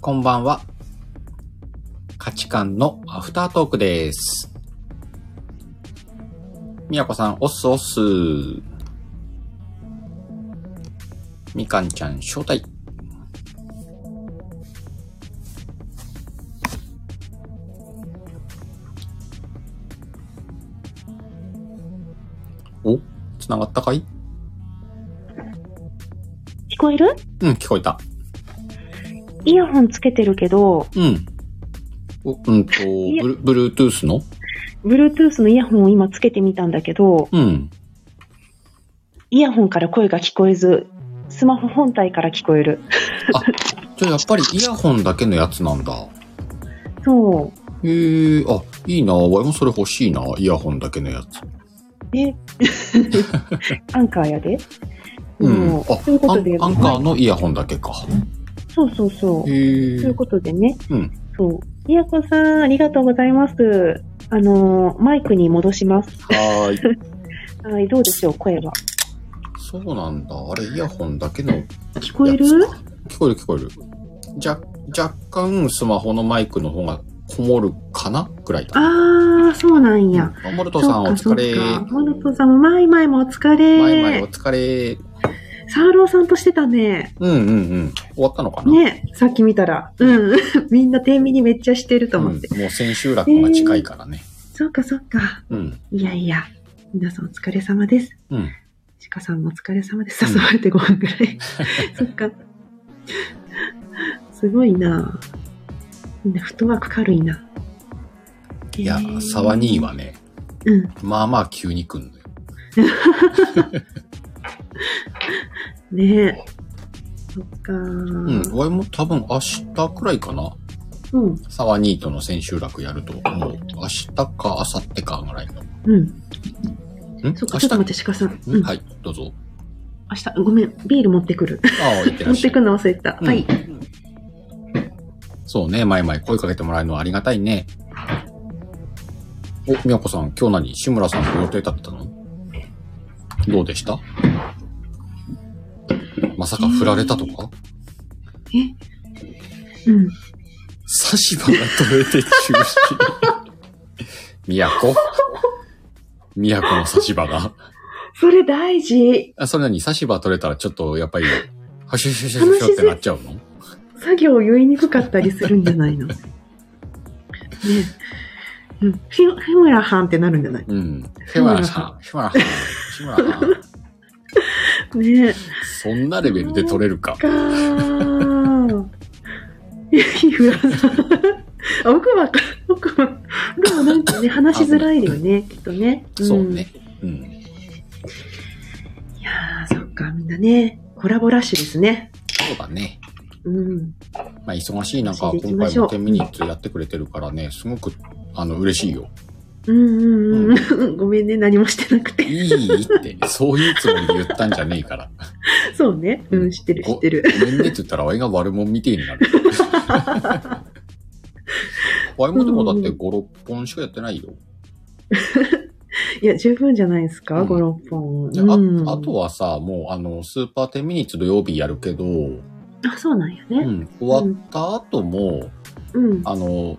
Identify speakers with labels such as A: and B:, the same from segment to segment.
A: こんばんは。価値観のアフタートークです。みやこさん、おっすおっす。みかんちゃん、招待。おつながったかい
B: 聞こえる
A: うん、聞こえた。
B: イヤホンつけてるけど、
A: うん。おうんと、
B: や
A: ブル、ブルートゥースの
B: Bluetooth のイヤホンを今つけてみたんだけど、
A: うん。
B: イヤホンから声が聞こえず、スマホ本体から聞こえる。
A: じゃあやっぱりイヤホンだけのやつなんだ。
B: そ
A: へえ、あ、いいな。わいもそれ欲しいな。イヤホンだけのやつ。
B: う。 えアンカーやで。
A: うん。あ、
B: というこ
A: ア
B: とで、
A: ンアンカーのイヤホンだけか。
B: そうそうそう。
A: へ
B: とい
A: え
B: う。ことでね、
A: うん
B: そう。イヤコさん、ありがとうございます。あのーマイクに戻します。
A: はーい。
B: はい、どうでしょう、声は。
A: そうなんだ。あれ、イヤホンだけのや
B: 聞
A: つか
B: こえる
A: 聞こえる聞こえる。じゃ、若干スマホのマイクの方がこもるかなぐらいだ。
B: あー、そうなんや。
A: あ、モルトさんお疲れ。
B: モルトさんも、マイマイもお疲れ。
A: 前々お疲れ。
B: サーローさんとしてたね。
A: うんうんうん。終わったのかな
B: ね、さっき見たら。 うん。みんな天秤にめっちゃしてると思って。
A: うん、もう千秋楽が近いからね。
B: そっかそっか。
A: うん。
B: いやいや。皆さんお疲れ様です。
A: うん。
B: ちかさんもお疲れ様で
A: う
B: す。
A: ん
B: 誘われてご飯ぐらい。 そっか。すごいなみんなフットワーク軽いな。
A: いや
B: へー、
A: 沢兄はね、
B: うん。
A: まあまあ急に来んのよ。
B: ねえ。そっか
A: うん。
B: う
A: 俺も多分明日くらいかな。
B: ん。
A: 沢兄との千秋楽やると、もう明日か明後日かぐらいの。ん
B: うん。
A: 明
B: そっか、
A: 日
B: ちょっと待って、ちかさん。うんん。
A: はい、どうぞ。
B: 明日、ごめん、ビール持ってくる。
A: ああ、いってら
B: 持
A: っ
B: っ
A: してゃい。
B: くの忘れてた。
A: うん
B: はい。
A: そうね、前々声かけてもらえるのはありがたいね。お、みやこさん、今日何志村さんの予定だったのどうでしたまさか振られたとか、
B: うん。
A: 差し歯が取れて中止。 宮古宮古の差し歯が。
B: それ大事。
A: あ、それなに差し歯取れたらちょっとやっぱり、はしゅしゅしゅしゅしゅってなっちゃうの
B: 作業を言いにくかったりするんじゃないのねえ。うん。フィフィムラハンってなるんじゃない
A: うん。フェマラさん、フェマラさん、志村さん。
B: ねえ。
A: そんなレベルで取れるか。
B: かー。フィムラさん。 あ奥歯か。奥歯。でもなんかね、話しづらいよね、きっとね。ん
A: そう。ね。うん。
B: いやー、そっか、みんなね、コラボラッシュですね。
A: そうだね。
B: うん。
A: まあ忙しい中、
B: 忙しいでいき
A: 今
B: ま
A: 回
B: しょ
A: も
B: う
A: 10ミニッツやってくれてるからね、すごく、あの、嬉しいよ。
B: うんうんうん。 ごめんね、何もしてなくて。
A: いいって、そういうつもりで言ったんじゃねえから。
B: そうね。うん、知ってる、知ってる。
A: ごめんねって言ったら、ワイが悪者みてえになる。ワイもでもだって5、6本しかやってないよ。
B: いや、十分じゃないですか、
A: うん
B: 五六5、6本。
A: であ
B: うん
A: あとはさ、もうあの、スーパー10ミニッツ土曜日やるけど、う
B: あ、そうなんやね。
A: ん、終わった後も、
B: うん。
A: あの、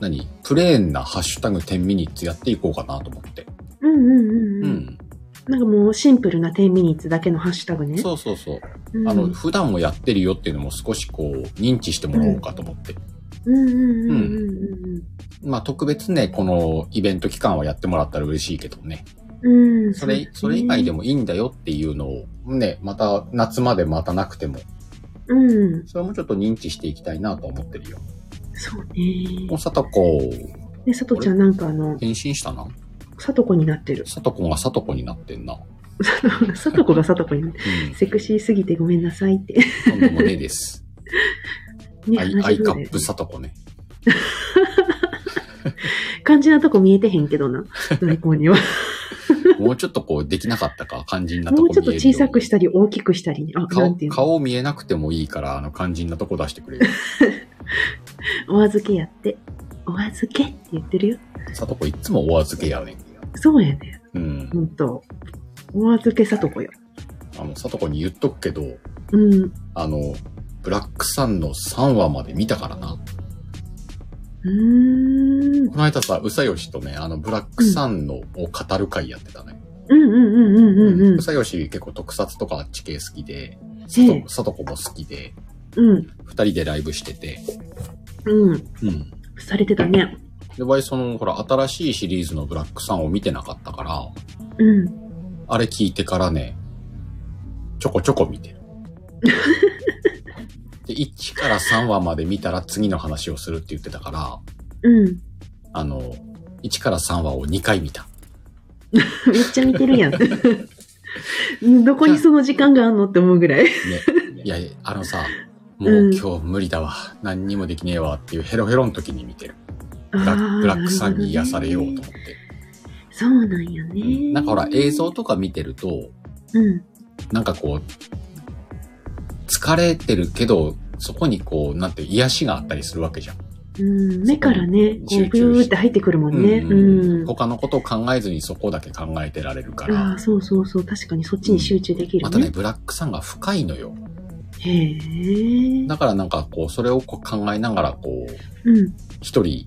A: 何プレーンなハッシュタグ10ミニッツやっていこうかなと思って。
B: うんうんうん
A: う
B: うん。
A: ん。
B: なんかもうシンプルな10ミニッツだけのハッシュタグね。
A: そうそうそう。
B: うん。
A: あ
B: う
A: の、
B: ん
A: 普段もやってるよっていうのも少しこう、認知してもらおうかと思って。
B: うんうんうんうん
A: まあ、特別ね、このイベント期間はやってもらったら嬉しいけどね。
B: うん。うん。
A: それ、それ以外で
B: も。
A: もいいんだよっていうのを、ね、また夏まで待たなくても、
B: うん。
A: それもちょっと認知していきたいなと思ってるよ。
B: そうね
A: お、。さとこ、
B: で、さとちゃんなんかあの、
A: 変身したな
B: さとこになってる。
A: さとこがさとこになってんな。う
B: さとこがさとこに なってる。
A: ん。
B: セクシーすぎてごめんなさい って。
A: とんでもねえです。
B: ね、
A: アイ
B: 話
A: アイ
B: し
A: カ
B: そう
A: ッ
B: だよ
A: プさとこね。
B: 肝心なとこ見えてへん けどな。のりこには。
A: もうちょっとこう、できなかったか、肝心なとこ
B: もう
A: 見え
B: ち
A: る。
B: ょっと小さくしたたり大きくしたりね。あ、な
A: 顔
B: んていう、の
A: 顔見えなくてもいいから、あの、肝心なとこ出してくれよ。
B: お預けやって。お預けって言ってるよ。
A: さとこいつもお預けやねん。
B: そうやね。
A: うん。
B: ほんと。お預けさとこよ。
A: あの、さとこに言っとくけど、
B: うん。
A: あの、ブラックサンの3話まで見たからな。
B: うーん。
A: この間さ、うさよしとね、あの、ブラックサンのを語る会やってたね。
B: うんうんうんうんうんうん
A: う。さよし結構特撮とかあっち系好きで、
B: え
A: さ
B: え
A: とさとこも好きで、
B: うん。
A: 二人でライブしてて。
B: うん。
A: うん。
B: されてたね。
A: で、場合その、ほら、新しいシリーズのブラックサンを見てなかったから、
B: うん。
A: あれ聞いてからね、ちょこちょこ見 てる。で、1から3話まで見たら次の話をするって言ってたから、
B: うん。
A: あの、1から3話を2回見た。
B: めっちゃ見てるやん。 どこにその時間があんのって思うぐらい。
A: ね。いや、あのさ、もう今日無理だわ。何にもできねえわっていうヘロヘロの時に見てる。 ブラ
B: あー
A: ブラックさんに癒されようと
B: な
A: 思っ
B: るほどね
A: て。
B: そうなんやね。
A: なんかほら、映像とか見てると、
B: うん。
A: なんかこう、疲れてるけど、そこにこう、なんて癒しがあったりするわけじゃん。
B: うん。目からね、こう、
A: 集中し
B: ブーって入ってくるもんね。
A: うん
B: うん。
A: 他のことを考えずにそこだけ考えてられるか
B: あ
A: ら
B: あ、。そうそうそう。確かにそっちに集中できる
A: またね、
B: ね。
A: ブラックさんが深いのよ。
B: へえ。
A: だからなんかこう、それをこう考えながらこう、
B: うん。
A: 一人、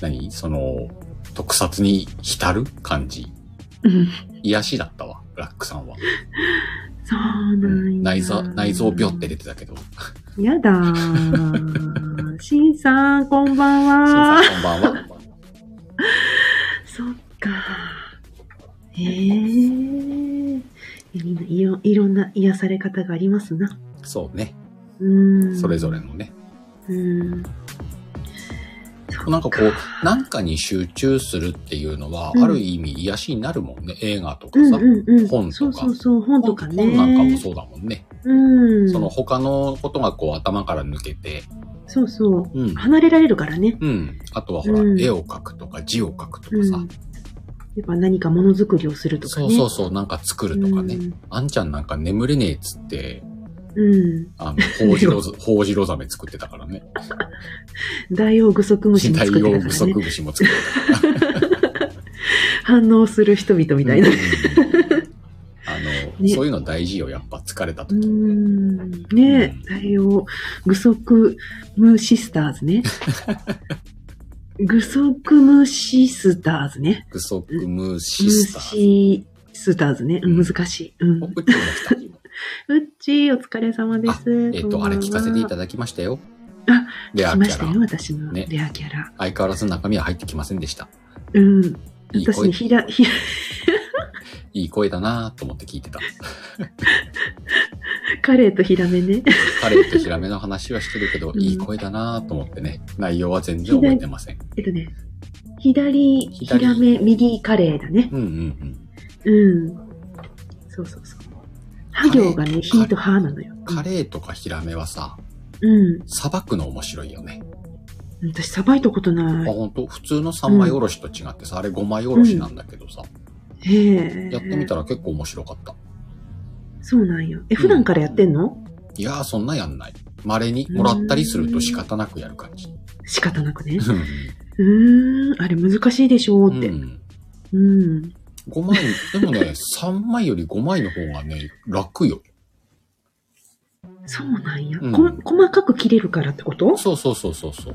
A: 何その、特撮に浸る感じ。
B: うん
A: 癒しだったわ、ブラックさんは。
B: そうなんや。
A: 内臓、内臓病って出てたけど。シ
B: やだ ー。しんさん、こんば
A: ンさ
B: ん
A: ん
B: は。
A: こんばんは。
B: そっか。へえ。いやみんないろいろんな癒され方がありますな。
A: そうね。
B: うん。
A: それぞれ。のね。
B: うん。
A: なんかこう、なんかに集中するっていうのは、
B: うん
A: ある意味癒しになるもんね。映画とか
B: うん
A: さ。
B: うんうん。
A: 本とか
B: そうそうそう、本とかね。
A: 本なんかもそうだもんね。
B: うん。
A: その他のことがこう頭から抜けて、
B: そうそう。
A: うん。
B: 離れられるからね。
A: うん。あとはほら、
B: うん
A: 絵を描くとか字を描くと
B: う
A: か
B: ん。
A: さ、
B: やっぱ何かものづくりをすると
A: そ
B: かね。
A: うそうそう、なんか作るとかね。
B: うん
A: あんちゃんなんか眠れねえっつって、
B: うん。
A: あの、ほうじろ ず、ほうじろざめ作ってたからね。
B: ダイオウグソク ムシも
A: 大
B: 作ってた
A: 用
B: から
A: 不
B: ね
A: 足。虫も作って
B: 反応する人々み
A: た
B: たいな。う
A: うんあの、
B: ね
A: そういうの大事よ、やっぱ疲れた
B: ー
A: 時。
B: ん。ねえ、ダイオウグソクムシスターズね。グソクムシスターズね。
A: 不足虫
B: ム
A: スター。
B: シスターズね。うん
A: うん
B: 難しい。うん。
A: お
B: うっ
A: うっち ゃんが来た
B: ちー、お疲れ様です。
A: えっと、あれ聞かせていただきましたよ。
B: あ、
A: レア
B: き
A: キ
B: ました
A: ャ
B: よ、
A: ラ。
B: 私の
A: ね
B: レアキャラ。
A: 相変わらず中身は入ってきませんでした。
B: うん。
A: いい
B: 私
A: 声
B: ね、、ひら、ひら、
A: いい声だなぁと思って聞いてた。
B: カレーとヒラメね。
A: カレーとヒラメの話はしてるけど、
B: うん
A: いい声だなぁと思ってね、内容は全然覚えてません。
B: えっとね、左、ヒ
A: 左
B: ラメ、右、カレーだね。
A: うんうんうん。
B: うん。そうそうそう。は行がね、ひとはなのよ。
A: カレーとかヒラメはさ、
B: うん。
A: さばくの面白いよね。
B: 私、さばいたこと
A: あ、
B: ない。
A: ほんと普通の三枚おろしと違ってさ、あれ5枚おろしなんだけどさ、
B: へえ。
A: やってみたら結構面白かった。
B: そうなんよ。え、普段からやってんの
A: いやーそんなんやんない。稀にもらったりすると仕方なくやる感じ。
B: 仕方なくね。
A: う
B: うーん。あれ難しいでしょうって。
A: ん。
B: うん。
A: 5枚、でもね、3枚より5枚の方がね、楽よ。
B: そうなんや。
A: うん
B: こ細かく切れるからってこと
A: そうそうそうそうそう。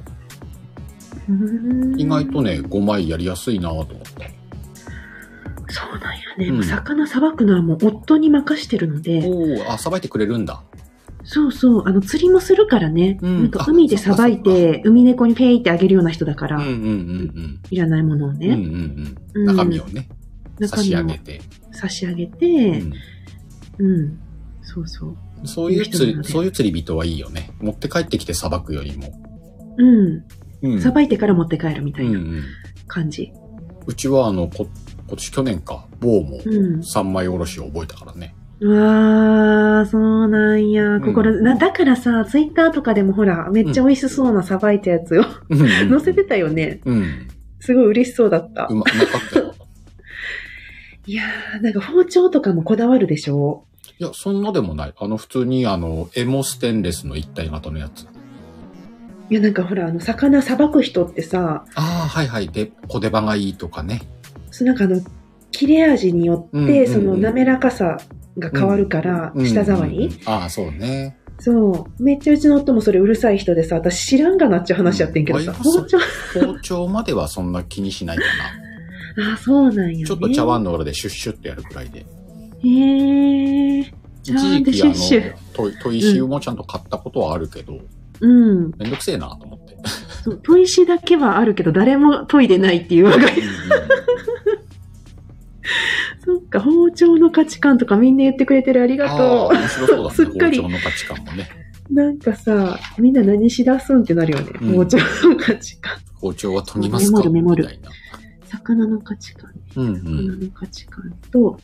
B: うーん
A: 意外とね、5枚やりやすいなぁと思って。
B: そうなんやね。
A: うん
B: もう魚さばくのはもう夫に任してるので、
A: おお、あ、さばいてくれるんだ。
B: そうそう、あの、釣りもするからね。
A: うん
B: なんか海でさばいて、海猫にペイってあげるような人だか
A: うん
B: ら、
A: うんうん
B: いらないものを
A: うん。うん
B: ね、
A: うんう。
B: うんん
A: 中身をね、差
B: 中
A: し
B: 身
A: 上
B: を
A: げて。
B: 差し上げ
A: う
B: て、
A: ん
B: うん。そうそう。
A: そういう釣
B: いい人なの
A: り、
B: で
A: そういう釣り人はいいよね。持って帰ってきてさばくよりも。
B: うん。
A: うん
B: さばいてから持って帰るみた
A: う
B: い
A: んう。
B: なん感じ。
A: うちはあの、こ、今年去年か、棒も
B: うん。
A: 3枚おろしを覚えたからね。
B: うわー、そうなんや。
A: ん
B: 心、な、だからさ、ツイッターとかでもほら、めっちゃ美味しそうなさばいたやつを
A: うんうんうん
B: 載せてたよね。
A: うん。
B: すごい嬉しそうだった
A: う。ま、うまかったよ。
B: いやー、なんか包丁とかもこだわるでしょ
A: いや、そんなでもない。あの、普通にあの、エモステンレスの一体型のやつ。
B: いや、なんかほら、あの、魚さばく人ってさ、
A: ああ、はいはい。で、小手羽がいいとかね。
B: そうなんかあの、切れ味によ
A: う
B: っ
A: んうんうん
B: て、その滑らかさが変わるから、舌触り
A: うんうんうんああ、そうね。
B: そう。めっちゃうちの夫もそれうるさい人でさ、私知らんがなっちゃう話やってんけど
A: う
B: さ、
A: んあいやそう
B: 包丁。
A: 包丁まではそんな気にしないかな。
B: あ、そうなんや、ね。
A: ちょっと茶碗の裏でシュッシュッとやるくらいで。
B: へー。
A: 一
B: 茶碗
A: 時
B: で
A: 期
B: シュ
A: あ
B: ッシュ
A: の、と砥石もちゃんと買ったことはあるけど、
B: うん。
A: めんどくせえなと思 って。
B: そう砥石だけはあるけど、誰も研いでないっていうわが 家。そっか、包丁の価値観とかみんな言ってくれてる。ありが
A: ああ
B: と
A: ー、面白そうだね。
B: すっかり
A: 包丁の価値観もね。
B: う。なんかさ、みんな何しだすんってなるよね。
A: うん
B: 包丁の価値観。
A: 包丁は研ぎますか
B: メモるメモる
A: みたいな。
B: 魚の価値観。
A: うんうん。
B: 魚の価値観と、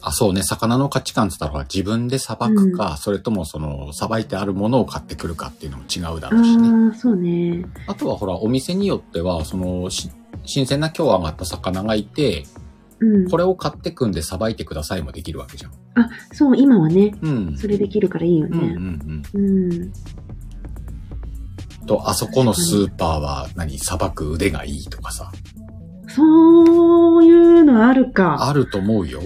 A: あ、そうね。魚の価値観って言ったら、自分で捌くか、それともその、捌いてあるものを買ってくるかっていうのも違うだろうしね。
B: ああ、そうね。
A: あとはほら、お店によっては、その、し新鮮な今日上がった魚がいて、
B: うん。
A: これを買ってくんで捌いてくださいもできるわけじゃん。
B: あ、そう、今はね、
A: うん。
B: それできるからいいよ
A: うんうんう
B: ね。
A: ん。
B: うん。
A: と、あそこのスーパーは何、捌く腕がいいとかさ、
B: そういうのあるか。
A: あると思うよ。
B: だ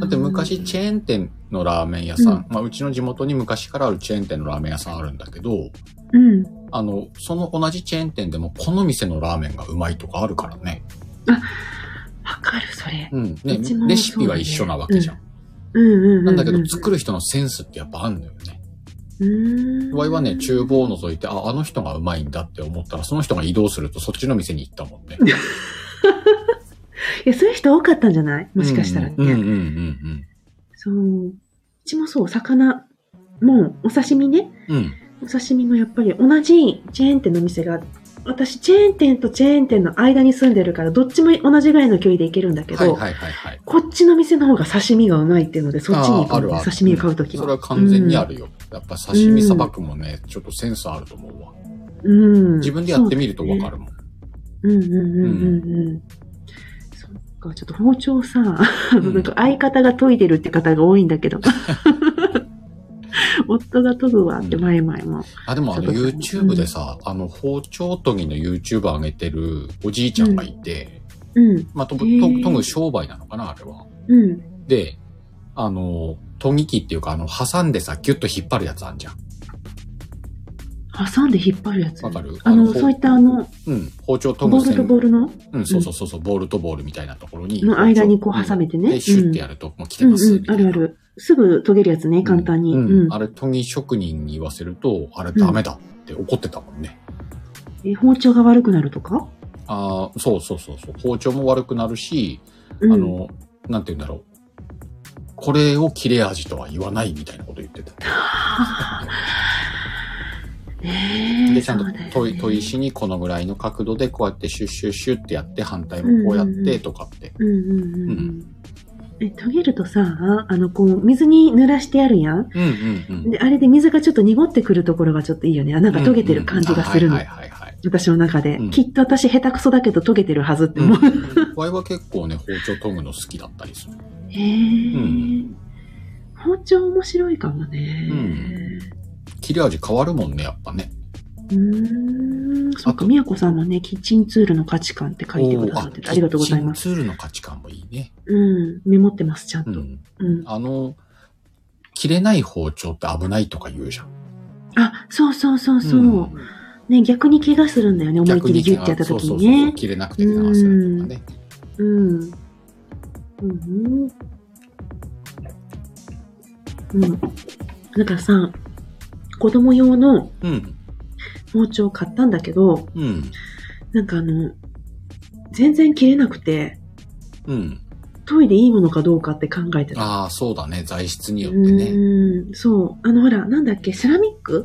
A: だって昔チェーン店のラーメン屋さん、まあうちの地元に昔からあるチェーン店のラーメン屋さんあるんだけど、
B: うん。
A: あの、その同じチェーン店でもこの店のラーメンがうまいとかあるからね。
B: わかる、それ。
A: うん。ね
B: うちも、
A: レシピは一緒なわけじゃん。
B: うんうんうんうん。
A: なんだけど作る人のセンスってやっぱあんのよね。
B: うーん。
A: わいはね、厨房を覗いて、あ、あの人がうまいんだって思ったら、その人が移動するとそっちの店に行ったもんね。
B: いや、そういう人多かったんじゃない もしかしたらね。
A: うんうんうんうん
B: そう。うちもそう、魚、もう、お刺身ね。
A: うん。うん。
B: お刺身もやっぱり同じチェーン店の店が、私、チェーン店とチェーン店の間に住んでるから、どっちも同じぐらいの距離で行けるんだけ
A: は
B: ど、
A: いはいはいはい。
B: こっちの店の方が刺身がうまいっていうので、そっちに
A: あー
B: 行
A: あ
B: くの
A: るあ
B: ね
A: る
B: 刺身を買うときは。
A: それは完全にあ
B: る。
A: るよ。やっぱ刺身さばくもね、ちょっとセンスあると思うわ。
B: うん。うん
A: 自分でやってみるとわかるもん。
B: うんうんうんうんうん。そっか、ちょっと包丁さ、
A: ん
B: なんか相方が研いでるって方が多いん だけど。夫が研ぐわって前々も。
A: あ、でもあの
B: そうそう
A: YouTube でさ、あの包丁研ぎの YouTube 上げてるおじいちゃんがいて、
B: うん、
A: まあ、とぶ、
B: へー
A: と研ぐ商売なのかな、あれは。
B: うん。
A: で、あの、研ぎ器っていうか、あの、挟んでさ、ギュッと引っ張るやつあんじゃん。
B: 挟んで引っ張るやつ。
A: わかる
B: あ
A: ほ
B: の、
A: う
B: そういったあの、
A: うん、包丁研
B: ボ
A: ぐ
B: ールと
A: 専
B: ボールの
A: うん、そうそうそうそう、ボールとボールみたいなところに。
B: の間にこう挟めてね
A: で、シュッてやると、もう来て
B: うん
A: ます、
B: うん、あるあ
A: みたいな。
B: る。すぐ研げるやつね、簡単に。う
A: うん
B: ん
A: あ。れ、研ぎ職人に言わせると、あれダメだって怒ってたもんね。
B: え包丁が悪くなるとか
A: ああ、そうそうそうそう。包丁も悪くなるし、
B: うん
A: あの、なんて言うんだろう。これを切れ味とは言わないみたいなこと言ってた。
B: ねえ
A: で、ちゃんと
B: そうだよね
A: 砥砥石にこのぐらいの角度でこうやってシュッシュッシュッってやって、反対もこうやっ
B: うんうんう
A: て
B: ん
A: とかって。
B: うんうんうんう。
A: うん
B: え、研げるとさ、あの、こう、水に濡らしてあるやん
A: うんうんうん。
B: で、あれで水がちょっと濁ってくるところがちょっといいよね。あ、なんか
A: うん
B: 溶けてる感じがするの。
A: はいはいはいはい。
B: 私の中で、
A: うん
B: きっと私下手くそだけど溶けてるはずって
A: うん
B: 思 う。
A: ワイは結構ね、包丁研ぐの好きだったりする。
B: へえ、
A: う
B: 包丁面白いかもね。
A: 切れ味変わるもんね、やっぱね。
B: うーん。そ
A: あ
B: っ
A: と
B: か、みやこさんもね、キッチンツールの価値観って書いてくださってて、ありがとうございま
A: キ
B: す。
A: ッチンツールの価値観もいいね。
B: うん。メモってます、ちゃん
A: う
B: と。
A: ん。
B: うん。
A: あの、切れない包丁って危ないとか言うじゃん。
B: あ、そうそうそうそう。
A: うん
B: ね、逆に怪我するんだよね、思いっきりギュッてやった時
A: そうそう
B: に
A: そう
B: ね。
A: 切れなくて怪我するとかね。
B: うん。うん。うん。なんかさ、子供用の
A: うん。
B: 包丁を買ったんだけど、
A: うん。
B: なんかあの、全然切れなくて、
A: うん。
B: 研いでいいものかどうかって考えてた。
A: ああ、そうだね。材質によってね。
B: うん、そう。あの、ほら、なんだっけ、セラミック、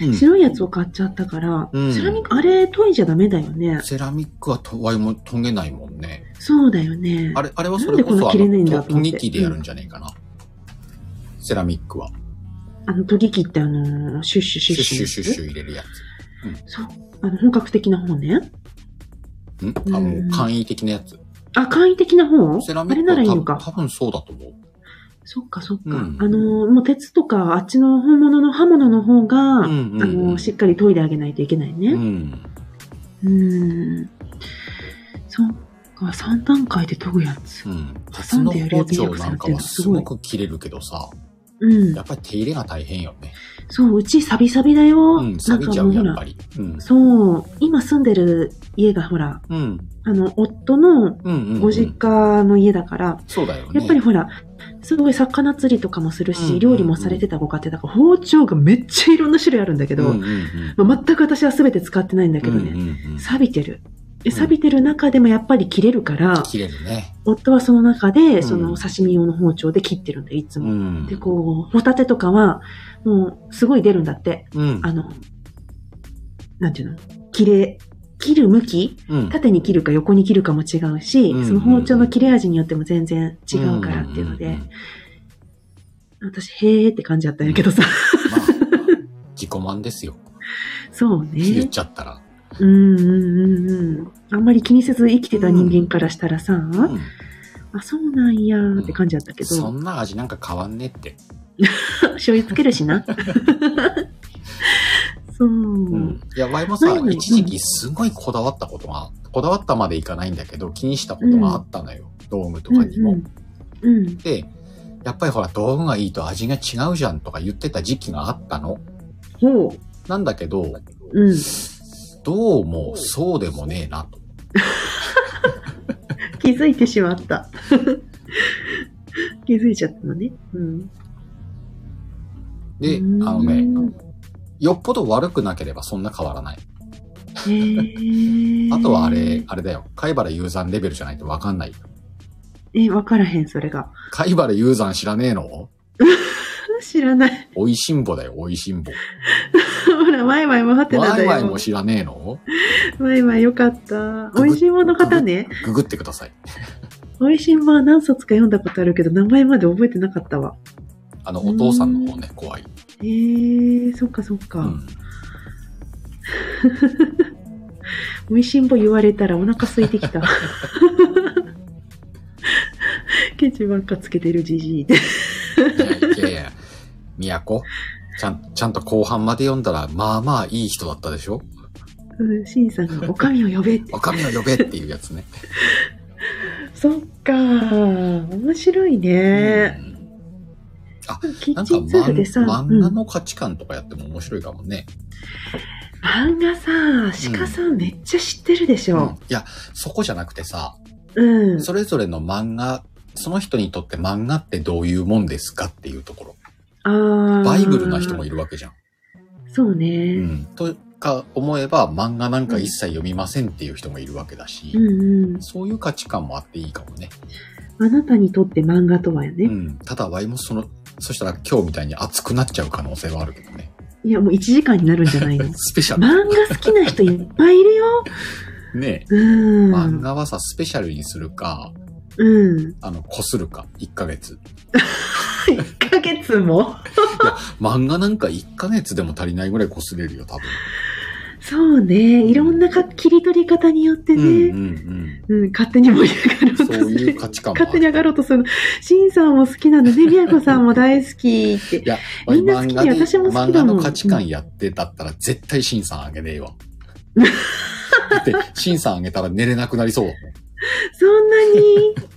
A: うん
B: 白いやつを買っちゃったから、
A: うん
B: セラミック、あれ、研いじゃダメだよね。
A: セラミックはとわいも研げないもんね。
B: そうだよね。
A: あれ、あれはそれこそ
B: なんでこんな
A: あ
B: 切れないんだ
A: の、
B: と思
A: 研
B: って
A: ぎ器でやるんじゃねえかな。セラミックは。
B: あの、研ぎ切って、あの、シュッシュシ
A: シ
B: ュ
A: ュ
B: ッ
A: ッ
B: シュ
A: シュシュ
B: のやつ
A: ッシュ入れるや
B: そう。あの、本格的な方ね。
A: つ。んあ
B: うん
A: の、簡易的なやつ。
B: あ、簡易的な方
A: セラ
B: あ
A: ミッ
B: れ
A: ク
B: な
A: は
B: らいい
A: 多
B: の
A: 分
B: か。
A: 多分そうだと思う。
B: そっかそっか。
A: うん
B: あのー、もう鉄とか、あっちの本物の刃物の方が、
A: うんうん
B: あのー、しっかり研いであげないといけないね。
A: う。
B: うんーん。そっか、3段階で研ぐやつ
A: う。ん。
B: 挟
A: 鉄
B: ん
A: の
B: でやるや
A: 包
B: つ
A: 丁なんかはすごく切れるけどさ、
B: うん
A: や。っぱり手入れが大変よね。
B: そう、うちサビサビだよ。
A: うん、錆びちゃう、
B: な
A: や
B: んか
A: っぱ
B: もほら。
A: り。うん。
B: そう、今住んでる家がほら、
A: うん。
B: あの、夫の
A: うんうん、うん。
B: ご実家の家だから、
A: そうだよね。
B: やっぱりほら、すごい魚釣りとかもす
A: う
B: る
A: んうんう
B: し、
A: ん
B: 料理もされてたご家庭だから、包丁がめっちゃいろんな種類あるんだけど、
A: うんうんうん。
B: まあ、全く私は全て使ってないんだけど
A: う
B: ね、
A: んうんうん
B: 錆びてる。で
A: うん
B: 錆びてる中でもやっぱり切れるから、
A: 切れるね。
B: 夫はその中で、
A: ん
B: その刺身用の包丁で切ってるんだよ、いつ
A: う
B: も。
A: ん。
B: で、こう、ホタテとかは、もう、すごい出るんだって。
A: う、うん。
B: あの、なんていうの切れ、切る向き
A: うん、
B: 縦に切るか横に切るかも違うし、
A: うん
B: その包丁の切れ味によっても全然違うからっていうので、
A: んんん
B: 私、へーって感じだったんやけどさ。
A: まあ、自己満です よ。
B: そう
A: 言っ
B: ね。
A: ちゃったら。
B: うんうんうんうん。あんまり気にせず生きてた人間からしたらさ、
A: うん
B: あ、そうなんやーって感じだったけど、
A: そんな味なんか変わんねって。
B: 醤油つける しな。そう、
A: うん。いや、ワイもさ
B: ないの、に
A: 一時期すごいこだわったことが、こだわったまでいかないんだけど、気にしたことがあったのよ。道具とかにも。
B: うんうん。うん。
A: で、やっぱりほら、道具がいいと味が違うじゃんとか言ってた時期があったの。
B: ほ
A: なんだけど、
B: う。うん。
A: どうもそうでもねえなと。
B: 気づいてしまった。 気づいちゃったのね。うん。
A: で、あ
B: うん
A: のね、よっぽど悪くなければそんな変わらない。
B: へ ー
A: あとはあれ、。あれだよ。貝原雄山レベルじゃないとわかんない。
B: え、わからへん、それが。
A: 貝原雄山知らねえの
B: 知らない。
A: おいしんぼだよ、おいしんぼ。
B: ほら、ワイワイもハテナ
A: ワ
B: だ
A: イ
B: よ。
A: ワイも知らねえの
B: ワイワイよかった。
A: ググ
B: 美味しいもの方ね。
A: ググってください。
B: 美味しいものは何冊か読んだことあるけど、名前まで覚えてなかったわ。
A: あの、お父さんの方ね、怖い。
B: へー、そっかそっ
A: う
B: か。
A: ん。
B: 美味しんぼ言われたらお腹空いて きた。ケチばっかつけてるじじいで。
A: いやいやいや、都ちゃん、ちゃんと後半まで読んだら、まあまあいい人だったでしょ
B: うんシンさんが、おかみを呼べって。
A: おかみを呼べっていうやつね。
B: そっかー。面白いね。
A: うん
B: キ
A: なんか
B: ッチンツールでさ、
A: 漫漫
B: う
A: 画
B: ん
A: の価値観とかやっても面白いかもね。
B: 漫画さ、鹿さんめっちゃ知ってるでし
A: うん
B: ょ。
A: いや、そこじゃなくてさ、
B: うん。
A: それぞれの漫画、その人にとって漫画ってどういうもんですかっていうとこ
B: あ
A: ろ。バイブルな人も
B: いる。
A: いるわけじゃん。
B: そう
A: う
B: ね。
A: ん。とか思えば漫画なんか一切読みませんっていう人もいるわけだし、
B: うんうん。
A: そういう価値観もあっていいかもね。
B: あなたにとって漫画とはや
A: う
B: ね。
A: ん。ただ、ワイもその、そしたら今日みたいに熱くなっちゃう可能性はあるけどね。
B: いや、もう1時間になるんじゃないの
A: スペシャル。
B: 漫画好きな人いっぱいいるよ。
A: ね
B: う
A: え
B: ん。
A: 漫画はさ、スペシャルにするか、
B: うん。
A: あの、こするか、1ヶ月。
B: 1ヶ月も
A: 漫画なんか1ヶ月でも足りないぐらいこすれるよ、多分。
B: そうね。いろんなか切り取り方によってね。
A: うんうん
B: うん、勝手に盛り上がろ
A: う。
B: うんと
A: そ
B: する。
A: ういう価値観もある。
B: 勝手に上がろうとするの。シンさんも好きなんだね。みやこさんも大好きっ
A: い
B: て。
A: や、
B: みんな好き
A: 漫画で、
B: 私も好きだもん
A: 漫画の価値観やってだったら絶対シンさんあげねえ わ。だって、シンさんあげたら寝れなくなりそうだ
B: そんなに。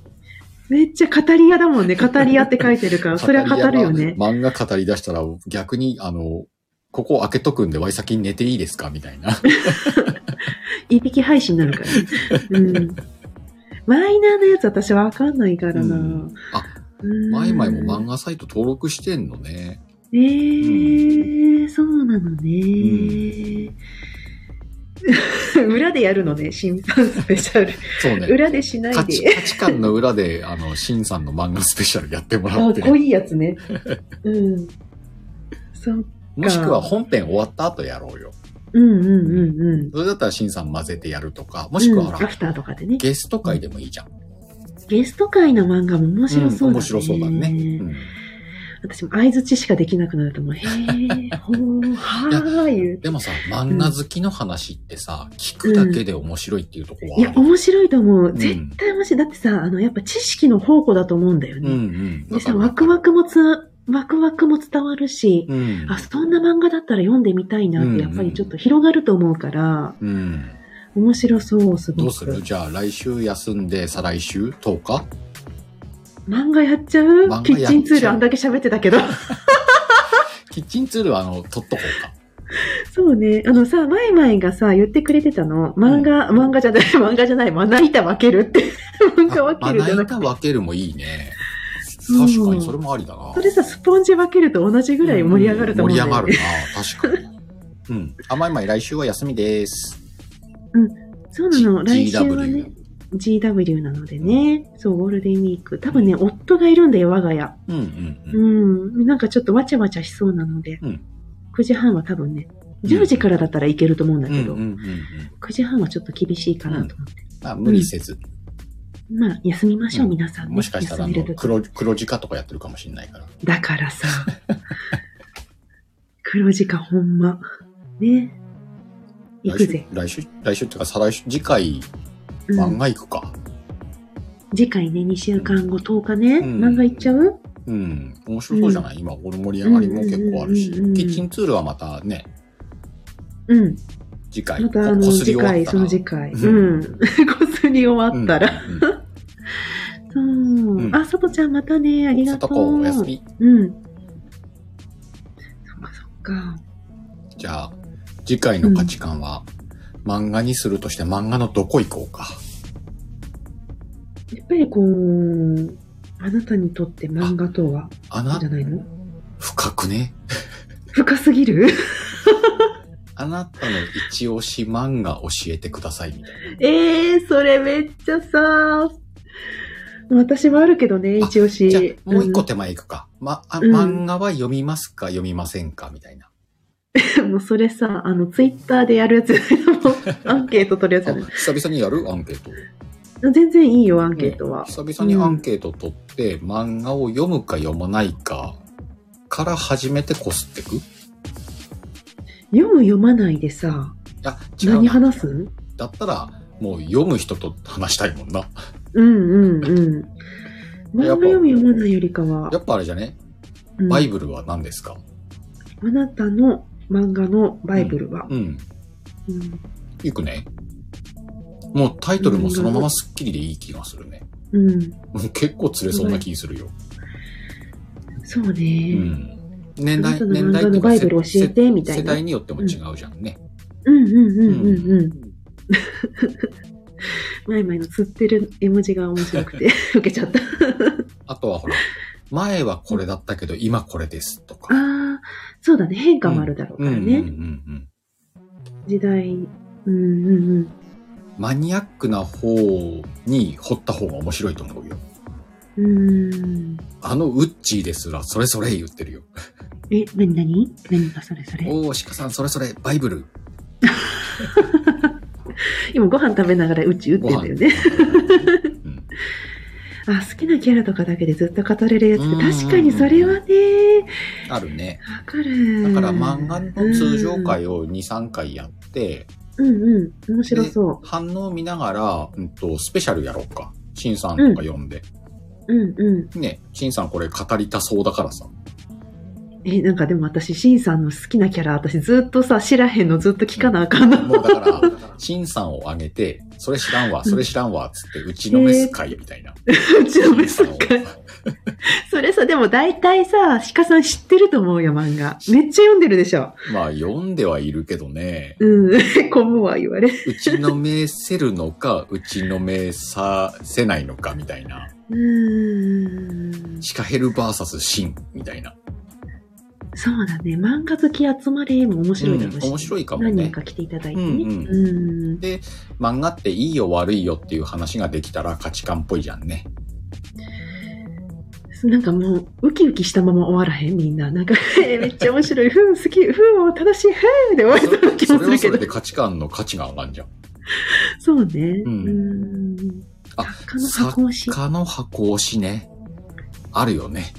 B: めっちゃ語り屋だもんね。語り屋って書いてるから。それは語るよね。
A: もん。漫画語り出したら逆に、あの、ここ開けとくんで、ワイ先に寝ていいですかみたいな。
B: いびき配信になるからね。うん。マイナーのやつ私わかんないからな。
A: うんあ
B: うん、
A: マイマイも漫画サイト登録してんのね。
B: えー、そうなのね。裏でやるのね、新さんスペシャル。
A: そうね。
B: 裏でしな
A: 価
B: い
A: 値
B: で。
A: 価値観の裏で、あの、シンさんの漫画スペシャルやってもら
B: あ
A: っ、て、
B: 濃いやつね。うん。そう。
A: もしくは本編終わった後やろうよ。
B: うんうんうんうん。
A: それだったらシンさん混ぜてやるとか、もしくはほ
B: うん
A: ら、
B: アフターとかでね。
A: ゲスト会でもいいじゃん。
B: ゲスト会の漫画も面白そうだね。
A: ん面白そうだね。うん
B: 私も相づちしかできなくなると思う。へー、ほー、はーいう。
A: でもさ、漫画好きの話ってさ、聞くだけで面白いっていうとこ
B: い
A: は
B: や
A: あ、る。
B: 面白いと思う。
A: ん
B: 絶対面白い。だってさ、あの、やっぱ知識の宝庫だと思うんだよ
A: うんう
B: ね。
A: ん。
B: でさ、ワクワクもつ、ワクワクも伝わるし、
A: うん。
B: あ、そんな漫画だったら読んでみたいなって、やっぱりちょっと広がると思うから、
A: うん。
B: 面白そう、すごく。
A: どうするじゃあ来週休んで、再来週 ?10 日
B: 漫画やっちゃ
A: 漫画やっ
B: う
A: ち
B: キ
A: ゃう
B: ッチンツールあんだけ喋ってた けど。
A: キッチンツールは、あの、取っとこうか。
B: そうね。あのさ、マイマイがさ、言ってくれてたの。漫画、漫画じゃない、 漫画じゃない、まな板分けるって。漫画分
A: あま
B: けるじゃ
A: な
B: なくて。
A: 板分けるもいいね。
B: うん
A: 確かに、それもありだな。
B: それさ、スポンジ分けると同じぐらい盛り上がると思うんだよ、ね。
A: 盛り 上がるな、確かに。うん。あまいまい来週は休みです。
B: そうなの。来週は
A: GW
B: ね、GW なのでね。そう、ゴールデンウィーク。多分ね、夫がいるんだよ、我が家。
A: うんうんうん。
B: うん。なんかちょっとわちゃわちゃしそうなので。
A: うん
B: 9時半は多分ね、
A: うん
B: 10時からだったらいけると思うんだ
A: うんう
B: け
A: ん
B: ど、
A: うんうん。
B: 9時半はちょっと厳しいかなと思って。
A: まあ、無理せず。
B: まあ、休みましょう、
A: うん
B: 皆さん、ね。
A: もしかしたら、あ
B: 休め
A: の、
B: る時
A: 黒、黒字化とかやってるかもしれないから。
B: だからさ、 黒字化ほんま。ね。行くぜ。
A: 来週、来週、来週っていうか、再来週、次回、
B: うん
A: 漫画行くか。
B: 次回ね、2週間後10日ね、
A: うん
B: 漫画行っちゃう
A: うん。面白そうじゃない今、俺盛り上がりも結構あるし。
B: う
A: キ
B: んうんうんうん
A: ッチンツールはまたね、
B: うん。
A: 次回、
B: ま
A: こ
B: たあの、
A: こすり
B: 次
A: 終わっ
B: 回、
A: た
B: そ
A: な
B: の次回。
A: う
B: うん。 こすり終わったら。
A: うん うんうん
B: そう。
A: うん
B: あ、さとちゃんまたね、ありが
A: さ
B: と
A: と
B: う。
A: こ、おやすみ。
B: うん。そっかそっか。
A: じゃあ、次回の価値観は、漫画にするとして漫画のどこ行こうか。
B: やっぱりこう、あなたにとって漫画とは、
A: あな
B: じ、ゃないの
A: 深くね。
B: 深す ぎる
A: あなたの一押し漫画教えてくださいみたい
B: ええそれめっちゃさ、私はあるけどね、
A: あ
B: 一押し。
A: な。じゃあ、もう一個
B: ん
A: 手前行くか。ま、あ、
B: うん
A: 漫画は読みますか読みませんかみたいな。
B: もうそれさ、あの、ツイッターでやる やつ、アンケート取るやつ
A: あ
B: じゃな
A: 久々にやるアンケート。
B: い。全然いいよ、アンケートは。
A: 久々にアンケート取って、漫画を読むか読まないかから始めてこすってく
B: 読む、読まないでさ、
A: あ、違う
B: 何
A: な。
B: 話すん
A: だったら、もう読む人と話したいもんな。
B: うんうんうん。漫画
A: やっぱ
B: 読む、読まないよりかは
A: や、っぱあれじゃね
B: うん
A: バイブルは何ですか
B: あなたの漫画のバイブルは。
A: うん。
B: うん
A: いくね。もうタイトルもそのままスッキリでいい気がするね。
B: うん。
A: もう結構釣れそうな気するよ。
B: そう
A: う
B: ね。
A: ん。年代、
B: あな
A: 年
B: たの漫
A: 代って
B: 画
A: い
B: の
A: うか
B: バイブル教えて、みた
A: 世
B: いな。
A: 代によっても違うじゃんね。
B: うんうんうんうんうん。 前々の釣ってる絵文字が面白くて、 受けちゃった。
A: あとはほら、前はこれだったけど今これですとか。
B: ああ、そうだね。変化もあるだろう
A: う
B: か
A: んう
B: ら
A: んうん
B: ね。
A: うん。
B: 時代。うんうんうん。
A: マニアックな方に掘った方が面白いと思うよ。
B: うーん。
A: あのウッチーですら、それそれ言ってるよ。
B: え、なになに何がそれそれ。
A: おー、鹿さん、それそれ、バイブル。
B: 今ご飯食べながらうち打ってんだよね。
A: うん
B: あ、好きなキャラとかだけでずっと語れるやつっ
A: うんうんうん
B: て、確かにそれはね、
A: あるね。
B: わかる。
A: だから漫画の通常回を2、3回やって、
B: うんうん。面白そ
A: 反応を見ながら、うんと、スペシャルやろうか。シンさんとか読んで。
B: う。うんう
A: ね、シンさんこれ語りたそうだからさ。
B: ん。え、なんかでも私、シンさんの好きなキャラ、私ずっとさ、知らへんのずっと聞かなあかんの。
A: もうだから、シンさんをあげて、それ知らんわ、それ知らんわ、つって、うちのメス会みたいな。
B: うちの息
A: シンさん
B: 子
A: を
B: が。それさ、でも大体さ、鹿さん知ってると思うよ、漫画。めっちゃ読んでるでしょ。
A: まあ、読んではいるけどね。
B: うん。 こむわ、言われ。
A: うちのめせるのか、うちのめさせないのか、みたいな。
B: うん。
A: シカヘルバーサスシン、みたいな。
B: そうだね。漫画好き集まれも面白いだろうし、
A: うん面白いかもね
B: 何人か来ていただいてね。
A: うん
B: うん。
A: で、漫画っていいよ悪いよっていう話ができたら価値観っぽいじゃん ね。
B: なんかもう、ウキウキしたまま終わらへん、みんな。なんか、 えーめっちゃ面白い。ふう、好き。ふう、正しい。ふう、で終わり
A: そ
B: そうな気
A: れそ
B: も
A: れ
B: す
A: は
B: る
A: そ
B: け
A: れ
B: ど。
A: で価値観の価値が上がるじゃん。
B: そうね。
A: う
B: うんん。
A: あ
B: 作家の箱押し。
A: 蚊の箱押しね。あるよね。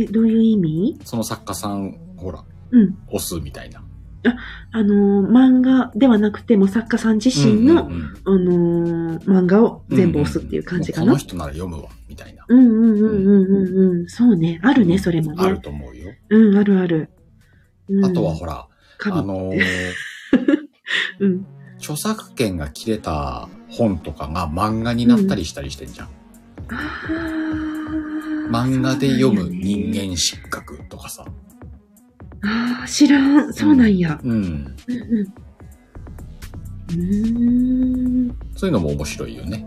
B: え、どういう意味
A: その作家さん、ほら、
B: うん。
A: 押すみたいな。
B: あのー漫画ではなくても作家さん自身
A: う
B: の、
A: んうんうん
B: あのー漫画を全部押すっていう感じか
A: もう
B: な
A: この。人なら読むわ、みたいな。
B: うんうんうんうんうんうん。そうね。あるね、それも
A: ある
B: ね。
A: と思うよ。
B: うん、あるある。うん
A: あとはほら、
B: 神
A: あのー
B: うん。
A: 著作権が切れた本とかが漫画になったりしたりしてんじゃん。
B: ああ。
A: 漫画で読む人
B: 間。
A: 間失格とかさ。
B: ああ、知らん。そうなんや。
A: うん。
B: うんうん。うーん。
A: そういうのも面白いよね。